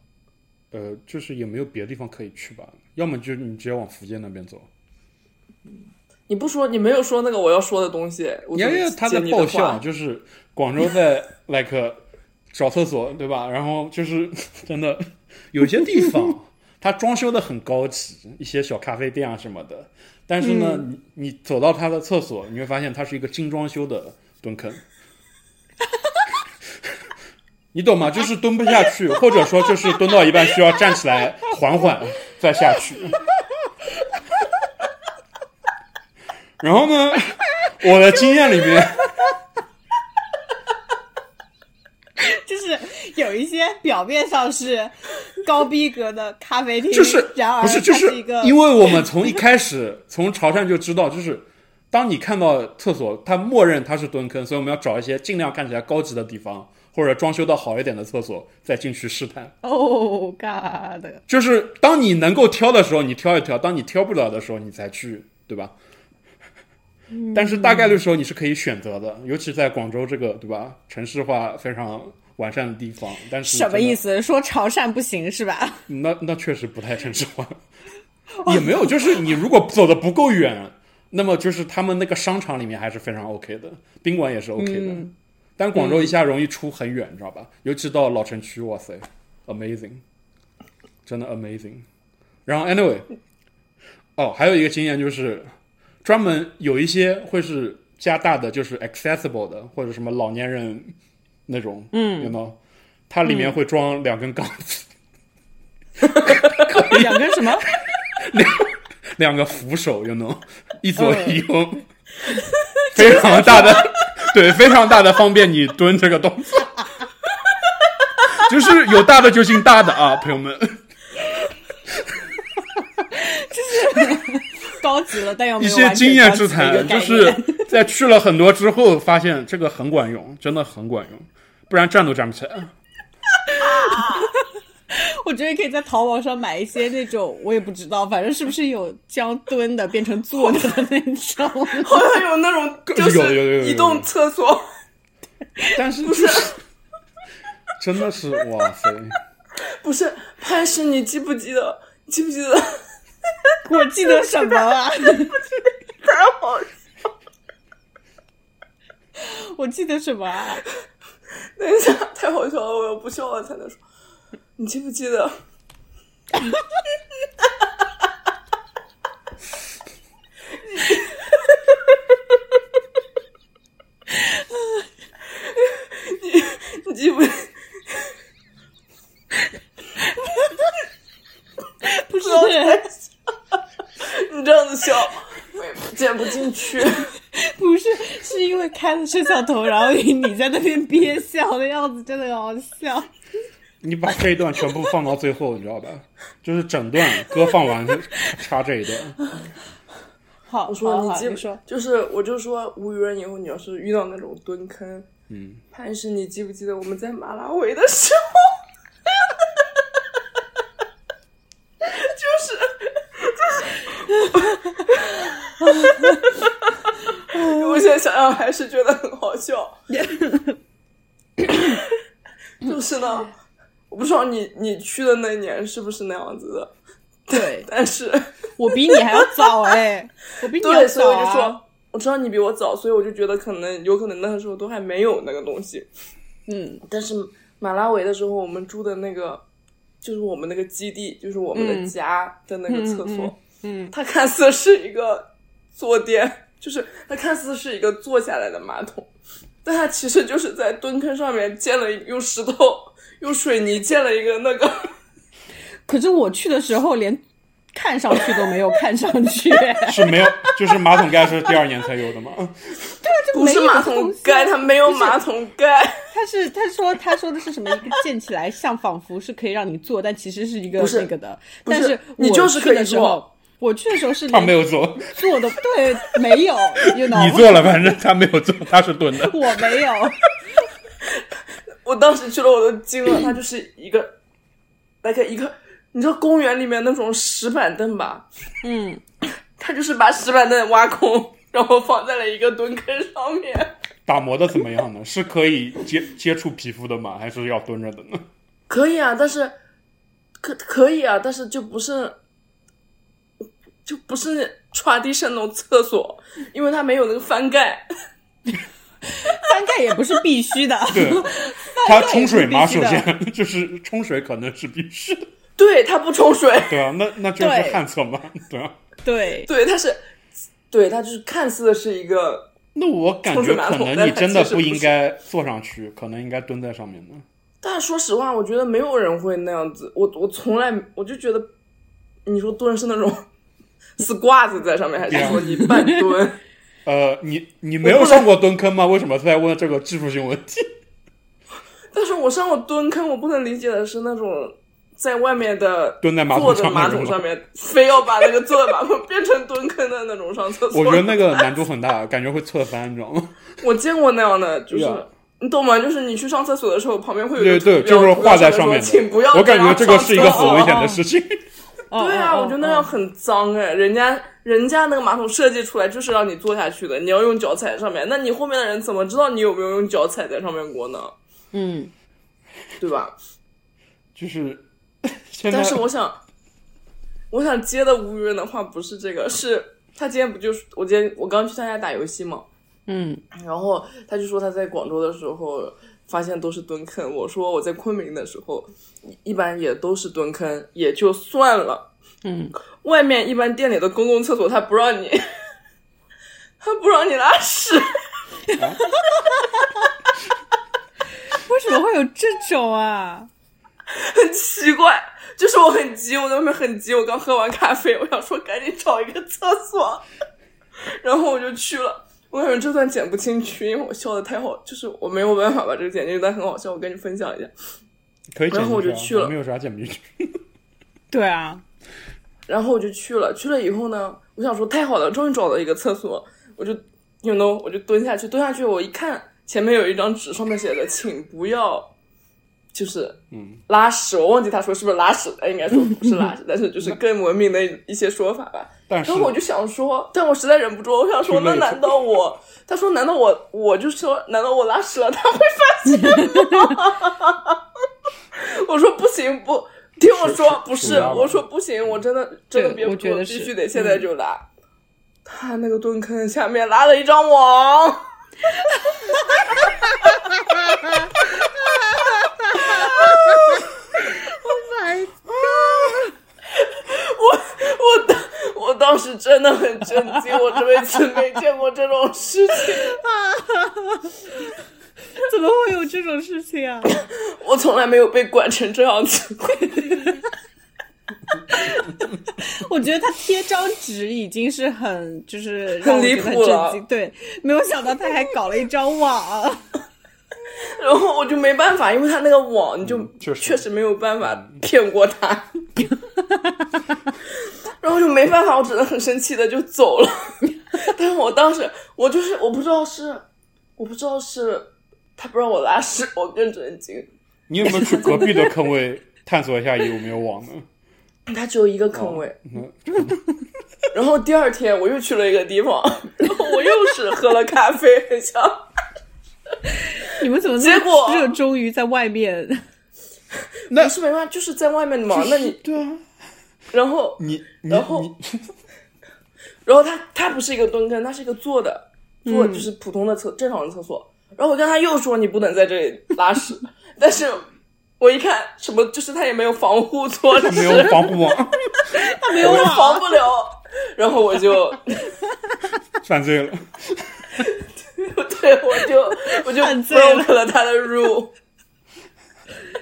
A: 呃，就是也没有别的地方可以去吧，要么就你直接往福建那边走，
B: 你不说，你没有说那个我要说的东西，我
A: 因
B: 怎么
A: 为他在
B: 接你的
A: 爆
B: 话
A: 笑，就是广州在 like 找厕所，对吧？然后就是 真的有些地方 它装修的很高级，一些小咖啡店啊什么的。但是呢，
B: 嗯
A: 你你走到他的厕所，你会发现它是一个精装修的蹲坑。 你懂吗？就是蹲不下去，或者说就是蹲到一半需要站起来，缓缓再下去。 然后呢，我的经验里面，
C: 就是有一些表面上是高逼格的咖啡厅，
A: 就是
C: 然而
A: 不是就
C: 它
A: 是
C: 一个，
A: 因为我们从一开始从潮汕就知道，就是当你看到厕所，它默认它是蹲坑，所以我们要找一些尽量看起来高级的地方，或者装修的好一点的厕所再进去试探。
C: 哦，God，
A: 就是当你能够挑的时候，你挑一挑；当你挑不了的时候，你才去，对吧？
C: 嗯
A: 但是大概率时候你是可以选择的，尤其在广州这个对吧城市化非常完善的地方，但是
C: 什么
A: 真的
C: 意思？说潮汕不行 是吧？
A: 那那确实不太城市化，也没有，就是你如果走的不够远，那么就是他们那个商场里面还是非常 OK 的，宾馆也是 OK 的，但广州一下容易出很远，你知道吧？尤其到老城区，哇塞，amazing，真的 amazing。然后 anyway，哦，还有一个经验就是，专门有一些会是加大的，就是 accessible 的，或者什么老年人那种，嗯，you know，它里面会装两根杠子。
C: 两根什么？
A: 两个扶手又 能一左一右，
C: 嗯
A: 非常大的， 对，非常大的方便你蹲这个动作，就是有大的就进大的啊，朋友们，
C: 高级了，但又没
A: 一
C: 有
A: 些
C: 完全
A: 经验
C: 高级
A: 之
C: 的一个
A: 谈，
C: 概
A: 就
C: 念
A: 是在去了很多之后，发现这个很管用，真的很管用，不然站都站不起来。
C: 我觉得可以在淘宝上买一些那种，我也不知道，反正是不是有将蹲的变成坐的那 种。
B: 好像有那种就
A: 有有有有有
B: 是移动厕所，
A: 但是就是真的是哇塞！
B: 不是潘石，你记不记得？你记不记得？
C: 我记得什么啊？
B: 太好笑
C: 我记得什么啊？
B: 等一下，太好笑了，我要不笑了才能说。你记不记得？ 你你记不？
C: 不是，
B: 你这样子笑，我剪不进去。
C: 不是，是因为开了摄像头，然后你在那边憋笑的样子，真的好笑。
A: 你把这一段全部放到最后，你知道吧？就是整段歌放完插这一段，
C: 好，
B: 我
C: 好
B: 说你
C: 好
B: 记
C: 你
B: 不
C: 说，
B: 就是我就说无语人以后你要是遇到那种蹲坑，
A: 嗯，
B: 潘石，你记不记得我们在马拉维的时候？ 就是就是， 我现在想想还是觉得很好笑。 就是呢，我不知道你你去的那年是不是那样子的，
C: 对
B: 但是
C: 我比你还要早 哎，我比你要
B: 对，所以
C: 早、
B: 我
C: 啊。
B: 就说，我知道你比我早，所以我就觉得可能有可能那个时候都还没有那个东西。
C: 嗯，
B: 但是马拉维的时候，我们住的那个就是我们那个基地，就是我们的家的那个厕所，
C: 嗯嗯嗯嗯
B: 它看似是一个坐垫，就是它看似是一个坐下来的马桶，但它其实就是在蹲坑上面建了一用石头用水泥建了一个那个。
C: 可是我去的时候连看上去都没有看上去，
A: 是没有，就是马桶盖是第二年才有的嘛？
C: 这
B: 不
C: 没
B: 是
C: 有
B: 马
C: 这东
B: 桶
C: 西
B: 盖，它没有
C: 不是
B: 马桶盖，
C: 他是他说他说的是什么？一个建起来像仿佛是可以让你坐，但其实是一个
B: 不是
C: 那个的。
B: 不是
C: 但是
B: 你
C: 我
B: 就是
C: 去
B: 可以
C: 的时
B: 坐
C: 候，我去的时候是
A: 他没
C: 连
A: 有做，
C: 坐的，对，没 有，you know，
A: 你做了，反正他没有做，他是蹲的。
C: 我没有，
B: 我当时去了，我都惊了，它就是一个，那个一个，你知道公园里面那种石板凳吧？
C: 嗯，
B: 它就是把石板凳挖空，然后放在了一个蹲坑上面。
A: 打磨的怎么样呢？是可以接接触皮肤的吗？还是要蹲着的呢？
B: 可以啊，但是可可以啊，但是就不是就不是 tradition 那种厕所，因为它没有那个翻盖。
C: 翻盖也不是必须的，
A: 对，啊他冲水吗？
C: 必须
A: 首
C: 的
A: 先 就是冲水可能是必须的，
B: 对，它不冲水，
A: 对啊，那那就是
C: 对
A: 旱厕嘛，对啊。
C: 对，
B: 对，它是，对，它就是看似是一个，
A: 那我感觉可能你真的不应该坐上去，可能应该蹲在上面呢。
B: 但是说实话，我觉得没有人会那样子。我我从来我就觉得，你说蹲是那种 squat 在上面，还是说你半蹲？
A: 呃，你你没有上过蹲坑吗？为什么在问这个技术性问题？
B: 但是我上过蹲坑，我不能理解的是那种在外面的
A: 蹲在马桶
B: 坐在
A: 上面
B: 马桶上面，非要把那个坐在马桶 变成蹲坑的那种上厕所。
A: 我觉得那个难度很大，感觉会侧翻，你知道吗？
B: 我见过那样的，就是。
A: 对啊
B: 你懂吗？就是你去上厕所的时候，旁边会有一
A: 对
B: 个
A: 对，
B: 图标
A: 就是画在上
B: 上
A: 面
B: 说请不要
A: 的。我感觉
B: 样
A: 这个
B: 上啊
A: 是一个
B: 厕所
A: 很危险的事情。
C: 哦
B: 对啊，
C: 哦
B: 我觉得那样
C: 哦
B: 很脏哎，人家人家那个马桶设计出来就是让你坐下去的，你要用脚踩在上面，那你后面的人怎么知道你有没有用脚踩在上面过呢？
C: 嗯，
B: 对吧？
A: 就是 现在
B: 但，是我想，我想接的无人的话不是这个，是他今天不就是我今天我刚去他家打游戏嘛，
C: 嗯，
B: 然后他就说他在广州的时候发现都是蹲坑，我说我在昆明的时候一一般也都是蹲坑，也就算了。
C: 嗯，
B: 外面一般店里的公共厕所他不让你， 他不让你拉屎，
C: 为什么会有这种啊？
B: 很奇怪。 就是我很急，我在外面很急，我刚喝完咖啡，我想说赶紧找一个厕所， 然后我就去了。我感觉这段剪不进去，因为我笑的太好，就是我没有办法把这个剪进去，但很好笑，我跟你分享一下。
A: 可以剪
B: 然后我就
A: 进
B: 去了
A: 啊没有啥剪不进去。
C: 对啊，
B: 然后我就去了，去了以后呢，我想说太好了，终于找到一个厕所，我就，you know，我就蹲下去，蹲下去，我一看前面有一张纸，上面写着“请不要”，就是
A: 嗯，
B: 拉屎，我忘记他说是不是拉屎，他应该说不是拉屎，但是就是更文明的一些说法吧。
A: 但是
B: 然后我就想说，但我实在忍不住，我想说，
A: 去
B: 那
A: 累
B: 难道我？他说，难道我？我就说，难道我拉屎了？他会发现吗？ 我说不行，不听我说，不
A: 是
B: 是
A: 是吧，
B: 我说不行，我真的真的
C: 对
B: 憋
C: 我
B: 不
C: 觉
B: 住，
C: 得
B: 必
C: 是嗯
B: 须得现在就拉。他那个蹲坑下面拉了一张 网， 我当我当时真的很震惊，我这辈子没见过这种事情。
C: 怎么会有这种事情啊？
B: 我从来没有被管成这样子。
C: 我觉得他贴张纸已经是很就是
B: 很
C: 让我
B: 离
C: 觉得
B: 谱了
C: 震惊，对，没有想到他还搞了一张网。
B: 然后我就没办法，因为他那个网，你就
A: 嗯确实
B: 没有办法骗过他， 然后就没办法，我只能很生气的就走了。 但是我当时我就是我不知道是我不知道是他不让我拉屎，我更震惊。
A: 你有没有去隔壁的坑位探索一下有没有网 呢？
B: 他只有一个坑位，
A: 嗯
B: 然后第二天我又去了一个地方， 然后我又是喝了咖啡，很像。
C: 你们怎么那
B: 结果
C: 么热衷于在外面？
B: 那是没办法，就是在外面嘛。那你
A: 对啊，
B: 然后
A: 你你
B: 然后
A: 你
B: 然后它它不是一个蹲坑，它是一个坐的，
C: 嗯
B: 坐就是普通的厕正常的厕所。然后我跟他又说你不能在这里拉屎， 但是我一看什么，就是他也没有防护措施，
A: 没有防护啊 网，
C: 没有
B: 我
C: 网，
B: 防不了。然后我就，
A: 犯罪了。
B: 对我就我就
C: 犯罪了
B: broke 了他的 rule。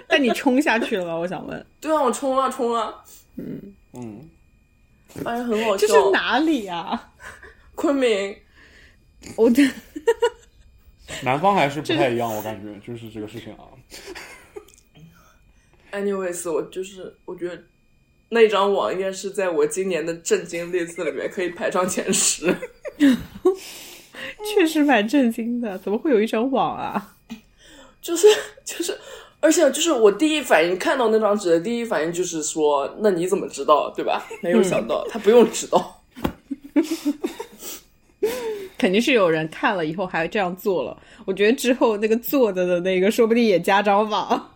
C: 但你冲下去了吗？我想问，
B: 对啊，我冲啊冲啊，
A: 嗯，
B: 反正很好
C: 这
B: 笑。
C: 是哪里啊？
B: 昆明，
C: 我的
A: 南方还是不太一样，我感觉就是这个事情啊。
B: anyways，我就是我觉得那张网应该是在我今年的震惊 list 里面可以排上前十。
C: 确实蛮震惊的，怎么会有一张网啊？
B: 就是就是，而且就是我第一反应看到那张纸的第一反应就是说，那你怎么知道，对吧？没有想到、他不用知道，
C: 肯定是有人看了以后还这样做了。我觉得之后那个做的的那个，说不定也加张网。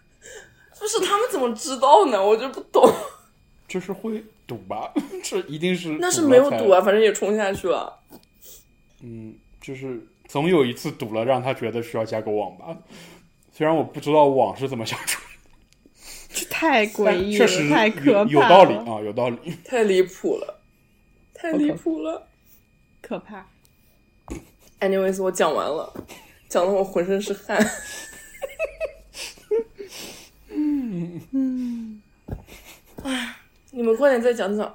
B: 不是他们怎么知道呢？我就不 懂。
A: 就是会赌吧，这一定是
B: 那是
A: 赌了
B: 没有
A: 才
B: 赌啊，，反正也冲下去了。
A: 嗯，就是总有一次赌了，让他觉得需要加个网吧。虽然我不知道网是怎么想出来
C: 这太
A: 的，
C: 诡
A: 但
C: 异
A: 哎确实
C: 了，太可怕
A: 有有
C: 了，
A: 道理啊，有 道理。
B: 太离谱了，太离谱了。
C: 可怕。
B: Anyways，我讲完了，讲的我浑身是 汗。嗯，哎，你们快点再讲讲。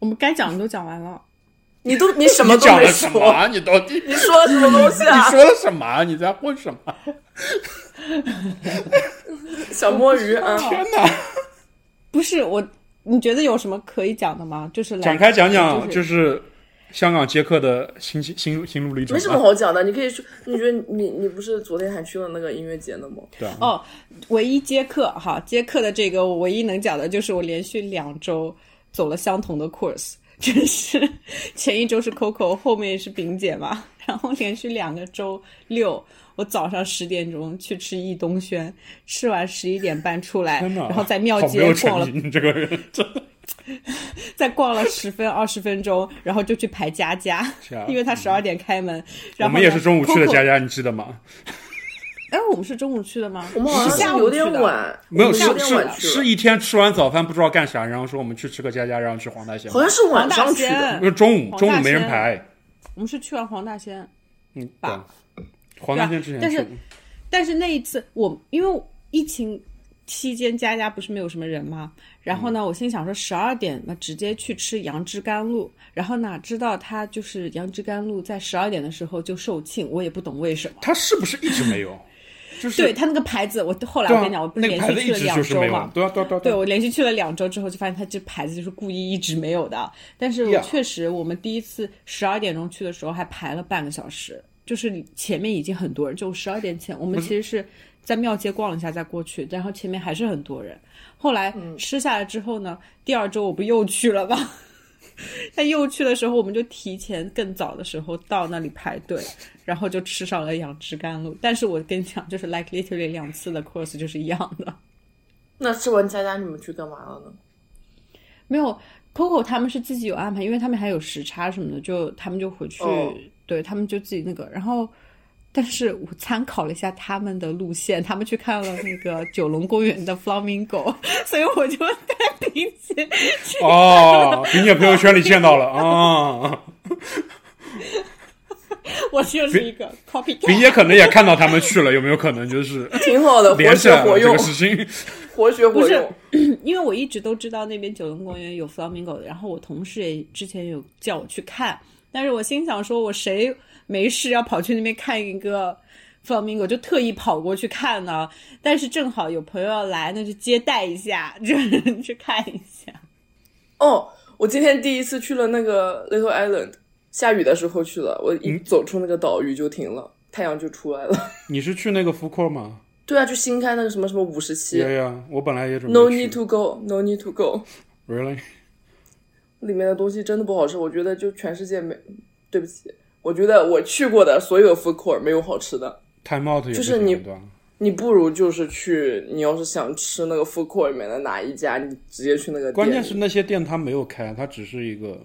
C: 我们该讲的都讲完了，
B: 你 都你什么
A: 你
B: 都
A: 讲
B: 没
A: 了什么
B: 说，
A: 啊？你到底
B: 你说了什么东西
A: 你
B: 啊？
A: 说了什么啊？你在混什么？
B: 小摸 鱼啊，
A: 天哪！
C: 不是我，你觉得有什么可以讲的吗？就是来
A: 展开讲讲，
C: 就是
A: 就是香港接客的心心心路历程吧。
B: 没什么好讲的，你可以说，你觉得你你不是昨天还去了那个音乐节呢吗？
A: 对啊，
C: 哦，唯一接客哈，接客的这个我唯一能讲的就是我连续两周走了相同的 course，就是前一周是 Coco，后面是饼姐嘛， 然后连续两个周六，我早上十点钟去吃易东轩，吃完十一点半出来，
A: 天哪！
C: 然后在庙
A: 好没
C: 街
A: 有
C: 逛
A: 诚
C: 了
A: 意，你这个人真的
C: 再逛了十分二十分钟，然后就去排佳佳
A: 是啊，
C: 因为他十二点开门。
A: 我
C: 然后
A: 们也是
C: 呢
A: 中午去的
C: Coco-
A: 佳佳，你记得吗？
C: 哎，我们是中午去的吗？
B: 我们好
C: 是
B: 像
C: 下
B: 是
C: 午
B: 有点
C: 去的。
B: 晚，
A: 没有，
B: 我们有
A: 是
B: 点晚
A: 是
B: 去
A: 是
B: 了，
A: 一天吃完早饭不知道干啥，然后说我们去吃个佳佳，然后去黄大仙。
B: 好像是晚上去
C: 黄大
B: 的
C: 仙。
A: 不是中午，
C: 黄大
A: 中
C: 仙
A: 午没人排。
C: 我们是去完黄大仙，
A: 嗯，对
C: 吧。
A: 黄大仙之前
C: 但
A: 去
C: 是但是那一次我因为疫情期间佳佳不是没有什么人嘛，然后
A: 嗯
C: 呢，我心想说十二点那直接去吃杨枝甘露，然后哪知道他就是杨枝甘露在十二点的时候就售罄，我也不懂为什么。
A: 他是不是一直没有？就是
C: 对他那个牌子，我后来
A: 对
C: 我
A: 啊
C: 跟你讲，我不是
A: 那个
C: 连
A: 牌
C: 续
A: 子一直
C: 去了两
A: 就是
C: 周
A: 没有
C: 嘛，，
A: 对啊对啊对啊
C: 对
A: 啊。
C: 我连续去了两周之后，就发现它这牌子就是故意一直没有的。但是我
A: Yeah
C: 确实，我们第一次十二点钟去的时候还排了半个小时，就是前面已经很多人，就十二点前，我们其实是在庙街逛了一下再过去，然后前面还是很多人。后来吃下来之后呢，第二周我不又去了吗？ 但又去的时候，我们就提前更早的时候到那里排队，然后就吃上了杨枝甘露。但是我跟你讲，就是 like literally 两次的 course 就是一样的。
B: 那吃完佳佳，你们去干嘛了呢？
C: 没有，Coco 他们是自己有安排，因为他们还有时差什么的，就他们就回去，
B: 哦
C: 对他们就自己那个。然后，但是我参考了一下他们的路线，他们去看了那个九龙公园的 Flamingo，所以我就 带冰淇淋去。
A: 哦，你也朋友圈里见到了啊。
C: 我就是一个 copy。
A: 林姐可能也看到他们去了，有没有可能 就是
B: 挺好的，活
A: 连起
B: 学
C: 啊
A: 来
B: 活
A: 了这
B: 用
A: 个，事 情？
B: 活学活
C: 不是
B: 用。
C: 因为我一直都知道那边九龙公园有 flamingo，然后我同事也之前有叫我去看，但是我心想说，我谁没事要跑去那边看一个 flamingo，就特意跑过去看呢。但是正好有朋友要来，那就接待一下，就是去看一下。
B: 哦，我今天第一次去了那个 Little Island，下雨的时候去了，我
C: 嗯
B: 一走出那个岛，雨就停了，太阳就出来了。
A: 你是去那个福阔吗？
B: 对啊，就新开那个什么什么五十七
A: 呀呀，我本来也准备
B: ，No
A: 去
B: need to go，No need to go，
A: really
B: 里面的东西真的不好吃，我觉得就全世界没，对不起，我觉得我去过的所有 food court 没有好吃的。
A: time out 也不
B: 就是你
A: 很短
B: 你不如就是去，你要是想吃那个 food court 里面的哪一家，你直接去那个店里。
A: 关键是那些店它没有开，它只是一个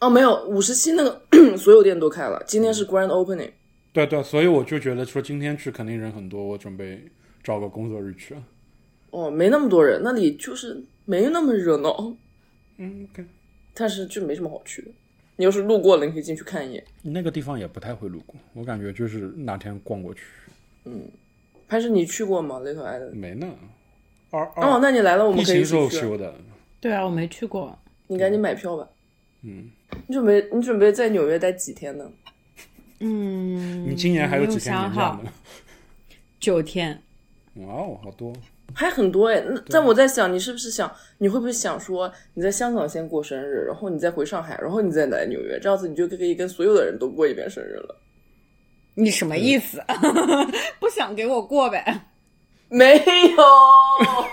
B: 哦，没有五十七那个 所有店都开了，今天是 grand opening。
A: 对啊对，所以我就觉得说今天去肯定人很多，我准备找个工作日去。啊
B: 哦，没那么多人，那里就是没那么热闹，
A: 嗯，OK，
B: 但是就没什么好去的。你要是路过了，你可以进去看一眼。
A: 那个地方也不太会路过，我感觉就是哪天逛过去
B: 潘是你去过吗？Little Island？
A: 没呢。二二、
B: 哦，那你来了，我
A: 疫
B: 们可
A: 情
B: 以一
A: 时
B: 起
A: 候
B: 去。
A: 休的，
C: 对啊，我没去过，
B: 你赶紧买票吧。嗯，你准备你准备在纽约待几天呢？
A: 你今年还有几天
C: 没有
A: 年假
B: 嗯
C: 想好
A: 呢？
C: 九天。
A: 哇哦，好多！
B: 还很多哎，
A: 啊
B: 那但我在想，你是不是想，你会不会想说，你在香港先过生日，然后你再回上海，然后你再来纽约，这样子你就可以跟所有的人都过一遍生日了。
C: 你什么意思？不想给我过呗？
B: 没 有，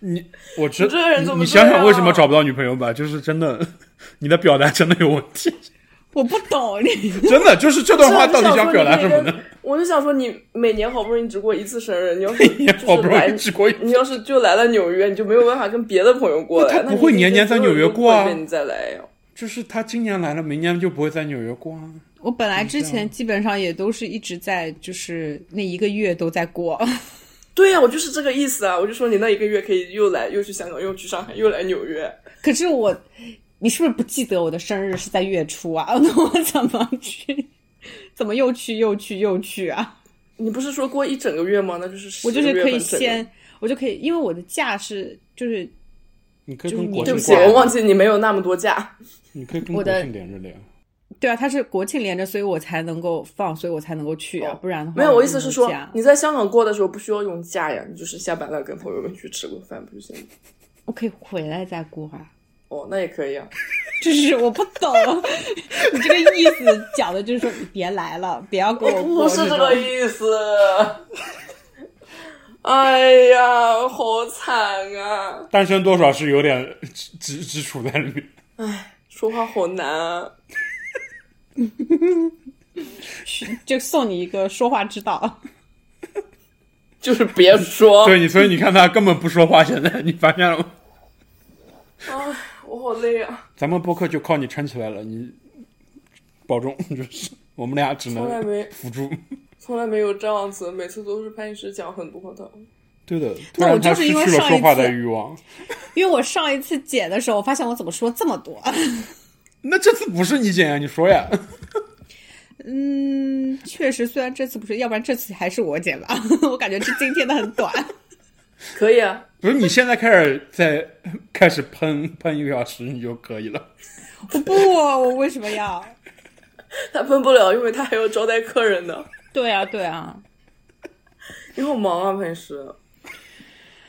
A: 你我知
B: 你这个人
A: 你
B: 怎么
A: 你
B: 这样啊
A: 想想为什么找不到女朋友吧？就是真的， 你的表达真的有问题，
C: 我不懂你。
A: 真的就是这段话
B: 我
A: 到
B: 就
A: 底
B: 想
A: 想
B: 说
A: 表达
B: 你
A: 什
B: 可以
A: 么
B: 跟
A: 呢？
B: 我就想说，你每年好不容易只过一次生日，你 要是
A: 哎好不
B: 就是
A: 容
B: 来
A: 易，只过一
B: 你要是就来了纽约，你就没有办法跟别的朋友过来。
A: 那他
B: 那
A: 不会
B: 你就
A: 年
B: 跟
A: 年在
B: 所
A: 纽
B: 有人
A: 约
B: 都
A: 过啊
B: 一遍你再来哦呀。
A: 就是他今年来了，明年就不会在纽约过啊。
C: 我本来之前基本上也都是一直在，就是那一个月都在过。
B: 对呀、我就是这个意思啊！我就说你那一个月可以又来，又去香港，又去上海，又来纽约。
C: 可是我，你是不是不记得我的生日是在月初啊？ 那我怎么去？怎么又去又去又去啊？
B: 你不是说过一整个月吗？那就是
C: 我就是
B: 10月
C: 可以
B: 份整个
C: 先，我就可以，因为我的假是就是
A: 你可以
C: 就是
A: 跟
C: 你
A: 国庆
B: 对不起，
A: 挂
B: 我
A: 呀，
B: 忘记你没有那么多假。
A: 你可以跟
C: 我
A: 国
C: 的
A: 庆连着连。
C: 对啊，它是国庆连着，所以我才能够放，所以我才能够去啊，不然的话
B: 哦没有，我意思是
C: 没
B: 说
C: 有假
B: 你在香港过的时候不需要用假呀，你就是下班了跟朋友们去吃个饭不就行了？
C: 我可以回来再过啊。
B: 哦，那也可 以啊。
C: 就是我不 懂，你这个意思讲的就是说你别来了，不要给我过
B: 不是这
C: 种
B: 个意思。哎呀，好惨啊！
A: 单身多少是有点基基基础在里面。
B: 说话好难啊。
C: 就送你一个说话之道。
B: 就是别说，
A: 对你，所以你看他根本不说话，现在你发现了吗？
B: 哎，我好累啊，
A: 咱们播客就靠你撑起来了，你保重，就是我们俩只
B: 从来
A: 能
B: 没
A: 辅助。
B: 从来没有这样子，每次都是潘医师讲很多的。
A: 对的，突
C: 那我
A: 然他
C: 就是
A: 失
C: 因为
A: 去了
C: 上
A: 说
C: 一
A: 话
C: 次
A: 的欲望。
C: 因为我上一次剪的时候，我发现我怎么说这么多？
A: 那这次不是你剪呀？你说 呀？
C: 嗯，确实，虽然这次不是，要不然这次还是我剪吧。 我感觉这今天的很 短。
B: 可以啊，
A: 不是你现在开始在开始喷喷一个小时，你就可以了。
C: 我不，啊我为什么要？
B: 他喷不了，因为他还要招待客人呢。
C: 对啊，对啊，
B: 你好忙啊，潘医师，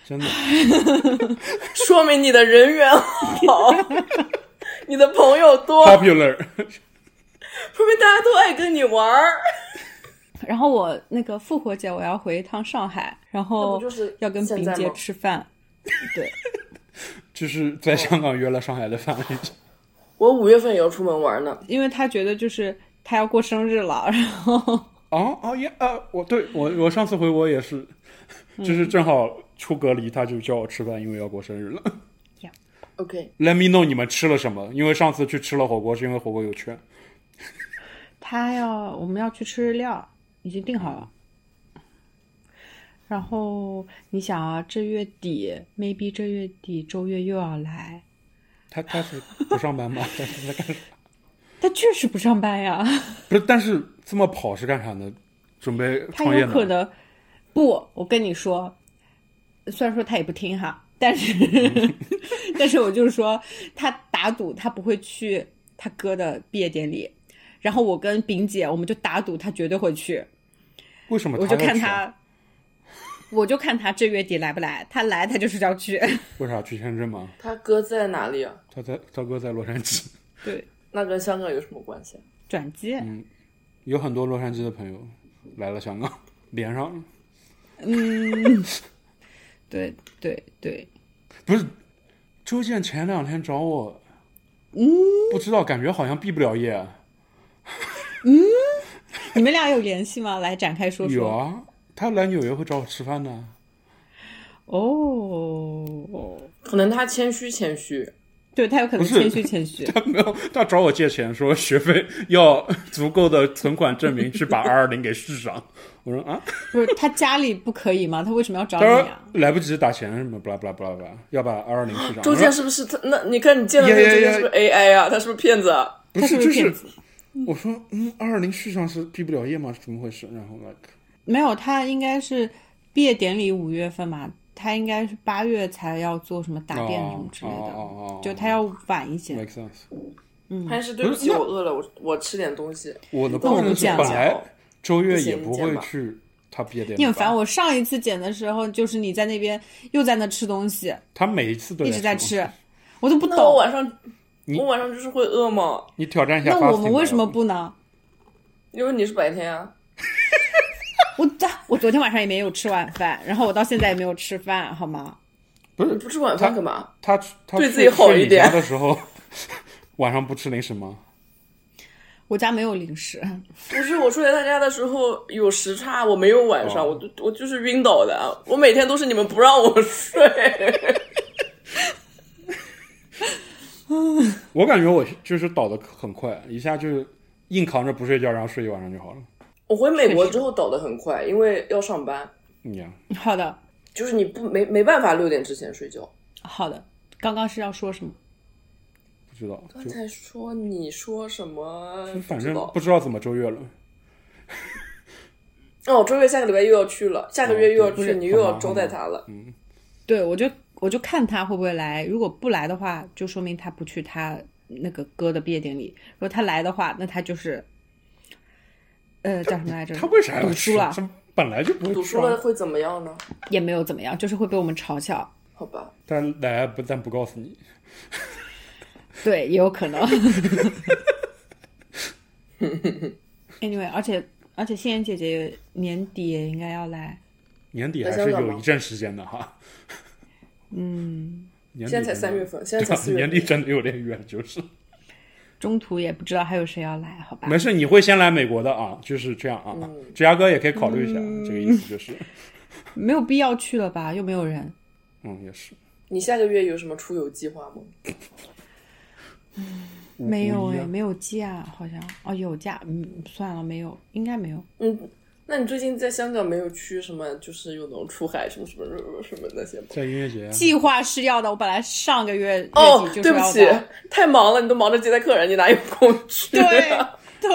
A: 真的，
B: 说明你的人缘 好，你的朋友多，
A: popular，
B: 说明大家都爱跟你玩儿。
C: 然后我那个复活节我要回一趟上海，
B: 那
C: 然后
B: 不就是
C: 要跟
B: 现
C: 萍
B: 在
C: 姐
B: 吗
C: 吃饭。对，
A: 就是在香港约了上海的饭已经。
B: 我五月份也要出门玩呢，
C: 因为她觉得就是她要过生日了，然后
A: 哦哦耶，呃，我对我我上次回国也是，就是正好出隔离，他就叫我吃饭，因为要过生日了。
B: OK，
A: Let me know 你们吃了什么，因为上次去吃了火锅，是因为火锅有券。
C: 他要我们要去吃日料，已经定好了。然后你想啊，这月底 maybe 这月底周月又要来，
A: 他他是不上班吗？ 他是在干啥？
C: 他确实不上班呀，
A: 不是，但是这么跑是干啥呢？准备
C: 他
A: 创业
C: 有
A: 呢？
C: 可能不。我跟你说，虽然说他也不听哈，但是
A: 嗯
C: 但是我就是说，他打赌他不会去他哥的毕业典礼。然后我跟饼姐，我们就打赌他绝对会去。
A: 为什么？
C: 我就看，
A: 啊
C: 他， 我就看他这月底来不来。他来，他就是 要去。
A: 为啥去深圳吗？
B: 他哥在哪里啊？
A: 他在他哥在洛杉矶，
C: 对，
B: 那跟香港有什么关系？啊
C: 转机，
A: 嗯有很多洛杉矶的朋友来了香港，连上了。
C: 对对对，
A: 不是，周健前两天找我，嗯，不知道，感觉好像毕不了业啊。
C: 你们俩有联系吗？来展开说
A: 有
C: 说。
A: 啊，他来纽约会找我吃饭的。
C: 哦，
B: 可能他谦虚谦
A: 嗯
B: 虚，
C: 对他有可能
A: 不是
C: 谦虚谦虚。
A: 他没有，他找我借钱，说学费要足够的存款证明去把二二零给续上。我说啊，
C: 不是他家里不可以吗？ 他为什么要找
A: 他说
C: 你啊？
A: 来不及打钱什么，巴拉巴拉巴拉巴拉，要把二二零续上。
B: 周
A: 我说
B: 健是不是他？那你看你见到那个
A: 呀呀
B: 周健
A: 呀
B: 是不是 AI 啊？他是不是骗子啊？
A: 不
C: 他
A: 是
C: 是不是
A: 就
C: 骗
A: 是
C: 子？
A: 我说嗯，二二零续上是毕不了业吗？是怎么回事？然后 like
C: 没有，他应该是毕业典礼五月份嘛，他应该是八月才要做什么答辩什么之类
A: 哦
C: 的，
A: 哦哦哦
C: 就他要晚一些。
A: make sense。
B: 潘是对不起，
A: 不是
B: 我饿了，我我吃点东西。
A: 我的
B: 那我
A: 抱
B: 不
A: 怨是
C: 讲
A: 本
C: 了
A: 来周越也
B: 不行
A: 不
B: 你讲
A: 会
B: 吧
A: 去他毕业典礼，
C: 你很烦。。我上一次剪的时候，就是你在那边又在那吃东西，
A: 他每一次都
C: 一直在
A: 吃。
C: 吃，我都不
B: 那我
C: 懂。
B: 晚上，我晚上就是会饿嘛，
A: 你挑战一下
C: 那
A: fasting 吧。
C: 我们为什么不呢？
B: 因为你是白天啊。
C: 我我昨天晚上也没有吃晚饭， 然后我到现在也没有吃饭，好吗？
A: 不
B: 你
A: 是
B: 不吃晚饭
A: 他
B: 干嘛？
A: 他他
B: 对
A: 去
B: 自己好
A: 去
B: 一
A: 你
B: 点
A: 家的时候， 晚上不吃零食吗？
C: 我家没有零食，
B: 不是我出来大家的时候有时差，我没有晚上，我就我就是晕倒的。啊我每天都是你们不让我睡，
A: 我感觉我就是倒的很快，一下就是硬扛着不睡觉，然后睡一晚上就好了。
B: 我回美国之后倒的很快，因为要上班，
A: 你嗯呀、
C: 好的，
B: 就是你不没没办法六点之前睡觉。
C: 好的。刚刚是要说什么？
A: 不知道，
B: 刚
A: 就
B: 才说你说什么？
A: 反
B: 嗯不知
A: 正
B: 道
A: 不知道怎么周越了。
B: 哦，周越下个礼拜又要去了，下个月又要
A: 哦
B: 去，
A: 对
B: 你又
A: 好
B: 要
A: 忙
B: 招待他了。
C: 对我就我就看他会不会来，如果不来的话，就说明他不去他那个哥的毕业典礼；如果他来的话，那他就是，呃，叫什么来
B: 嗯
C: 着？
A: 他为啥要
C: 赌
A: 吃
C: 输了？
A: 这本来就不会
B: 赌
A: 吃
B: 输了
A: 啊。
B: 会怎么样呢？
C: 也没有怎么样，就是会被我们嘲笑。
B: 好吧，
A: 但来不但不告诉你，
C: 对，也有可能。anyway，而且而且欣妍姐姐年底也应该要来，
A: 年底还
B: 在
A: 是
B: 香港
A: 有
B: 吗
A: 一阵时间的哈。嗯，
B: 现在才三月，份，现在才四月
A: 年底
B: 份。
A: 真的有点远，就是。
C: 中途也不知道还有谁要来，好
B: 哎
C: 吧
A: 没？事，你会先来美国的啊，就是这样啊。
B: 嗯
A: 芝加哥也可以考虑一下，这个意思就是，
C: 没有必要去了吧？又没有人。
A: 嗯，也是
B: 你下个月有什么出游计划吗？
A: 五
C: 没有
A: 五一
C: 哎，
A: 啊
C: 没有假，好像哦有假，嗯，算了，没有，应该没有。
B: 嗯，那你最近在香港没有去什么，就是又能出海什么什么什么什么那些吗？
A: 在音乐节啊，
C: 计划是要的，我本来上个月月
B: 哦
C: 底，就是
B: 对不
C: 要
B: 起
C: 的。，
B: 太忙了，你都忙着接待客人，你哪有空去、
C: 对
B: 啊？
C: 对，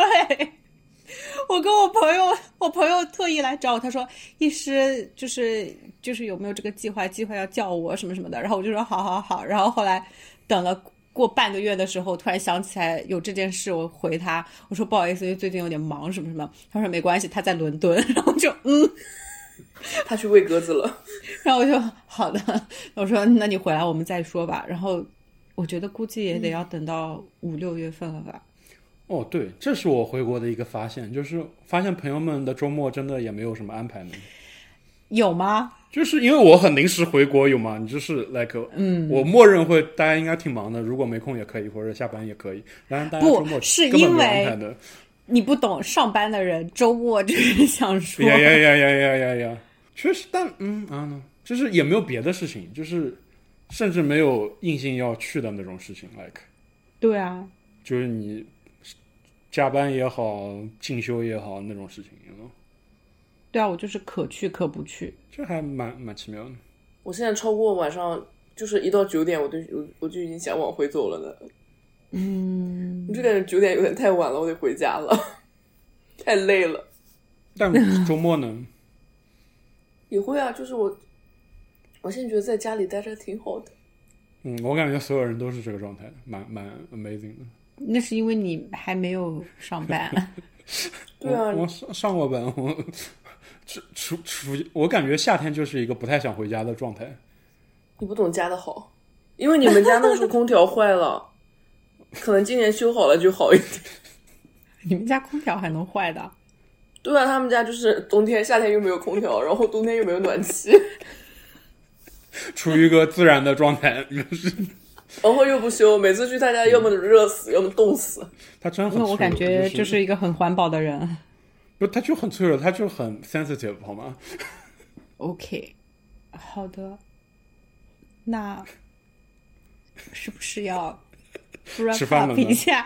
C: 我跟我朋友，我朋友特意来找我，他说医师就是就是有没有这个计划，计划要叫我什么什么的，然后我就说好好好，然后后来等了。过半个月的时候，突然想起来有这件事，我回他，我说不好意思，因为最近有点忙，什么什么。他说没关系，他在伦敦， 然后我就嗯，
B: 他去喂鸽子了。
C: 然后我就好的，我说那你回来我们再说吧。然后我觉得估计也得要等到五六月份了吧。
A: 哦，对，这是我回国的一个发现，就是发现朋友们的周末真的也没有什么安排呢，
C: 有吗？
A: 就是因为我很临时回国，有吗？你就是 like，嗯，我默认会大家应该挺忙的，如果没空也可以，或者下班也可以，然而大家
C: 不
A: 周末
C: 是
A: 根本
C: 因
A: 没有
C: 为
A: 安排的，
C: 你不懂，上班的人周末就是想说
A: 呀呀呀呀呀呀呀，确实，但嗯啊呢，就是也没有别的事情，就是甚至没有硬性要去的那种事情，like
C: 对啊，
A: 就是你加班也好，进修也好那种事情，you know，
C: 对啊，我就是可去可不去。
A: 这还蛮蛮奇妙的。
B: 我现在超过晚上就是一到九点，我对我我就已经想往回走了呢。嗯，我就感觉九点有点太晚了，我得回家了，太累了。
A: 但周末呢？
B: 也会啊，就是我，我现在觉得在家里待着挺好的。
A: 嗯，我感觉所有人都是这个状态，蛮蛮 amazing 的。
C: 那是因为你还没有上班，
B: 对啊，
A: 我我上上过班，我除除除，我感觉夏天就是一个不太想回家的状态。
B: 你不懂家的好，因为你们家那个时候空调坏了， 可能今年修好了就好一点。
C: 你们家空调还能坏的？
B: 对啊，他们家就是冬天、夏天又没有空调，然后冬天又没有暖气，
A: 处于一个自然的状态，就是
B: 然后又不修，每次去他家要么热
A: 嗯
B: 死，要么冻死。
A: 他真很脆
C: 那
A: 弱。
C: 我感觉
A: 就
C: 就是一个很环保的人。
A: 不，他就很脆弱，他就很 sensitive 好吗？
C: OK，好的，那是不是要
A: 吃
C: wrap
A: 饭
C: up
A: 了呢
C: 一下？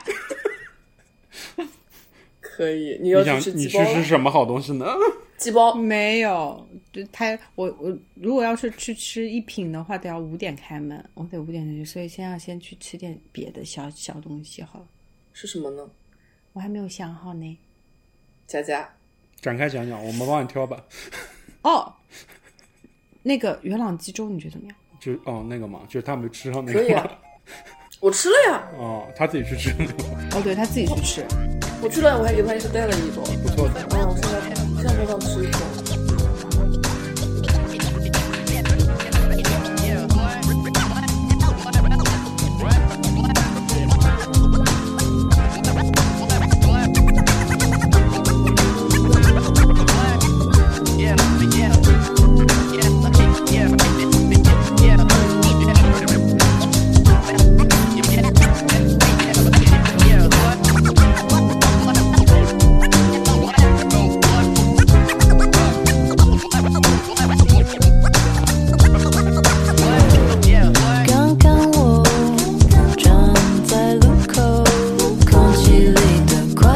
B: 可以，你要
A: 你
B: 去
A: 想
B: 吃
A: 你
B: 鸡
A: 去
B: 煲
A: 吃
B: 了，
A: 什么好东西呢？
B: 鸡煲
C: 没有，就他我我如果要是去吃一品的话，得要五点开门，我得五点就去，所以先要先去吃点别的小小东西好了。
B: 是什么呢？
C: 我还没有想好呢。
B: 佳佳，
A: 展开讲讲，我们帮你挑吧。
C: 哦，那个元朗鸡粥你觉得怎么样？
A: 就哦那个嘛，就是他没吃上那
B: 可以
A: 个嘛。
B: 啊，我吃了呀，
A: 哦，他自己去吃那个，
C: 哦，对他自己去吃。
B: 我去了，我还给他一起带了一包。
A: 不错的。
B: 嗯，我现在现在好想吃一口。
D: 刚刚我站在路口，空气里的快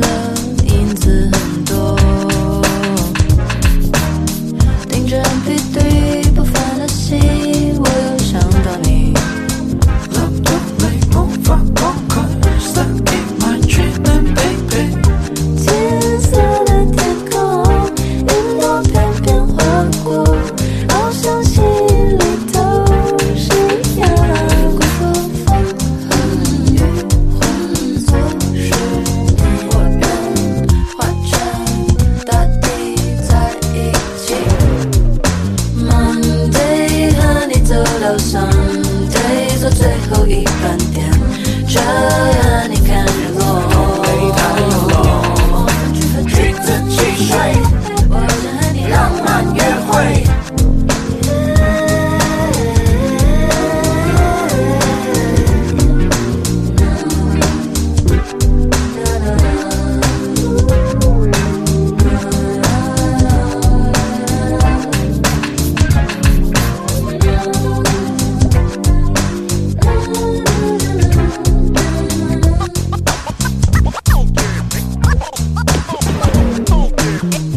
D: 乐影子很多。盯着 MP3 不凡的心，我又想到你。金色的天空，云朵翩翩划过，好像心里都是一样。会说风和雨混作是你我人，化成大地在一起。Monday 和你走到 Sunday，做最后一班点，这样你看日落。橘子汽水，我想和你浪漫约会。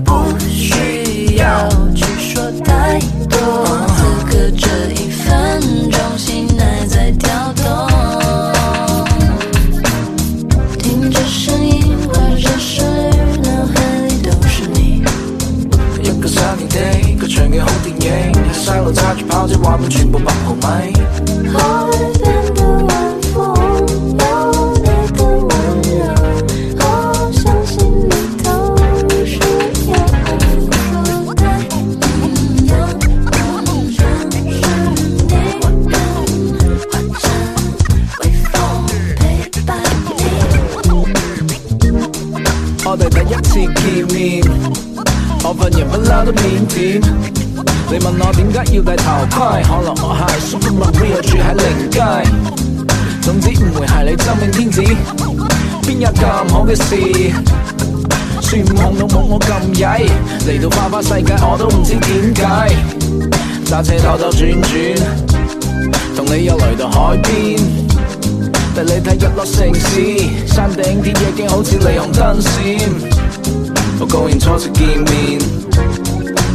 D: 不需要去说太多，此刻这一分钟心还在跳动。听着声音，或者是脑海里都是你。
E: 一個 sunny day，個場景好電影，係細路揸住跑車畫面全部白毫米。
D: 海邊的晚風，有你的溫柔，好像心里都是一樣。不太一樣，好像是你我人，化成微風陪伴你。
E: 我哋第一次見面，我份人不嬲都腼腆。你問我點解要戴頭盔，可能我係 Super Mario 住喺靈街。總 eh? 之唔會係你真命天子，邊有咁好嘅事？算夢到冇我咁曳，嚟到花花世界我都唔知點解，揸車兜兜轉轉，同你又嚟到海邊。但你睇日落城市，山頂啲夜景好似霓虹燈閃。好高興初次見面，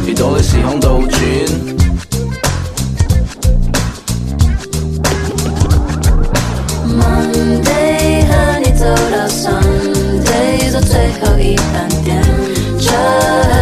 E: 遇到你時空倒轉。
D: Monday 和你走到 Sunday，做最后一班电车。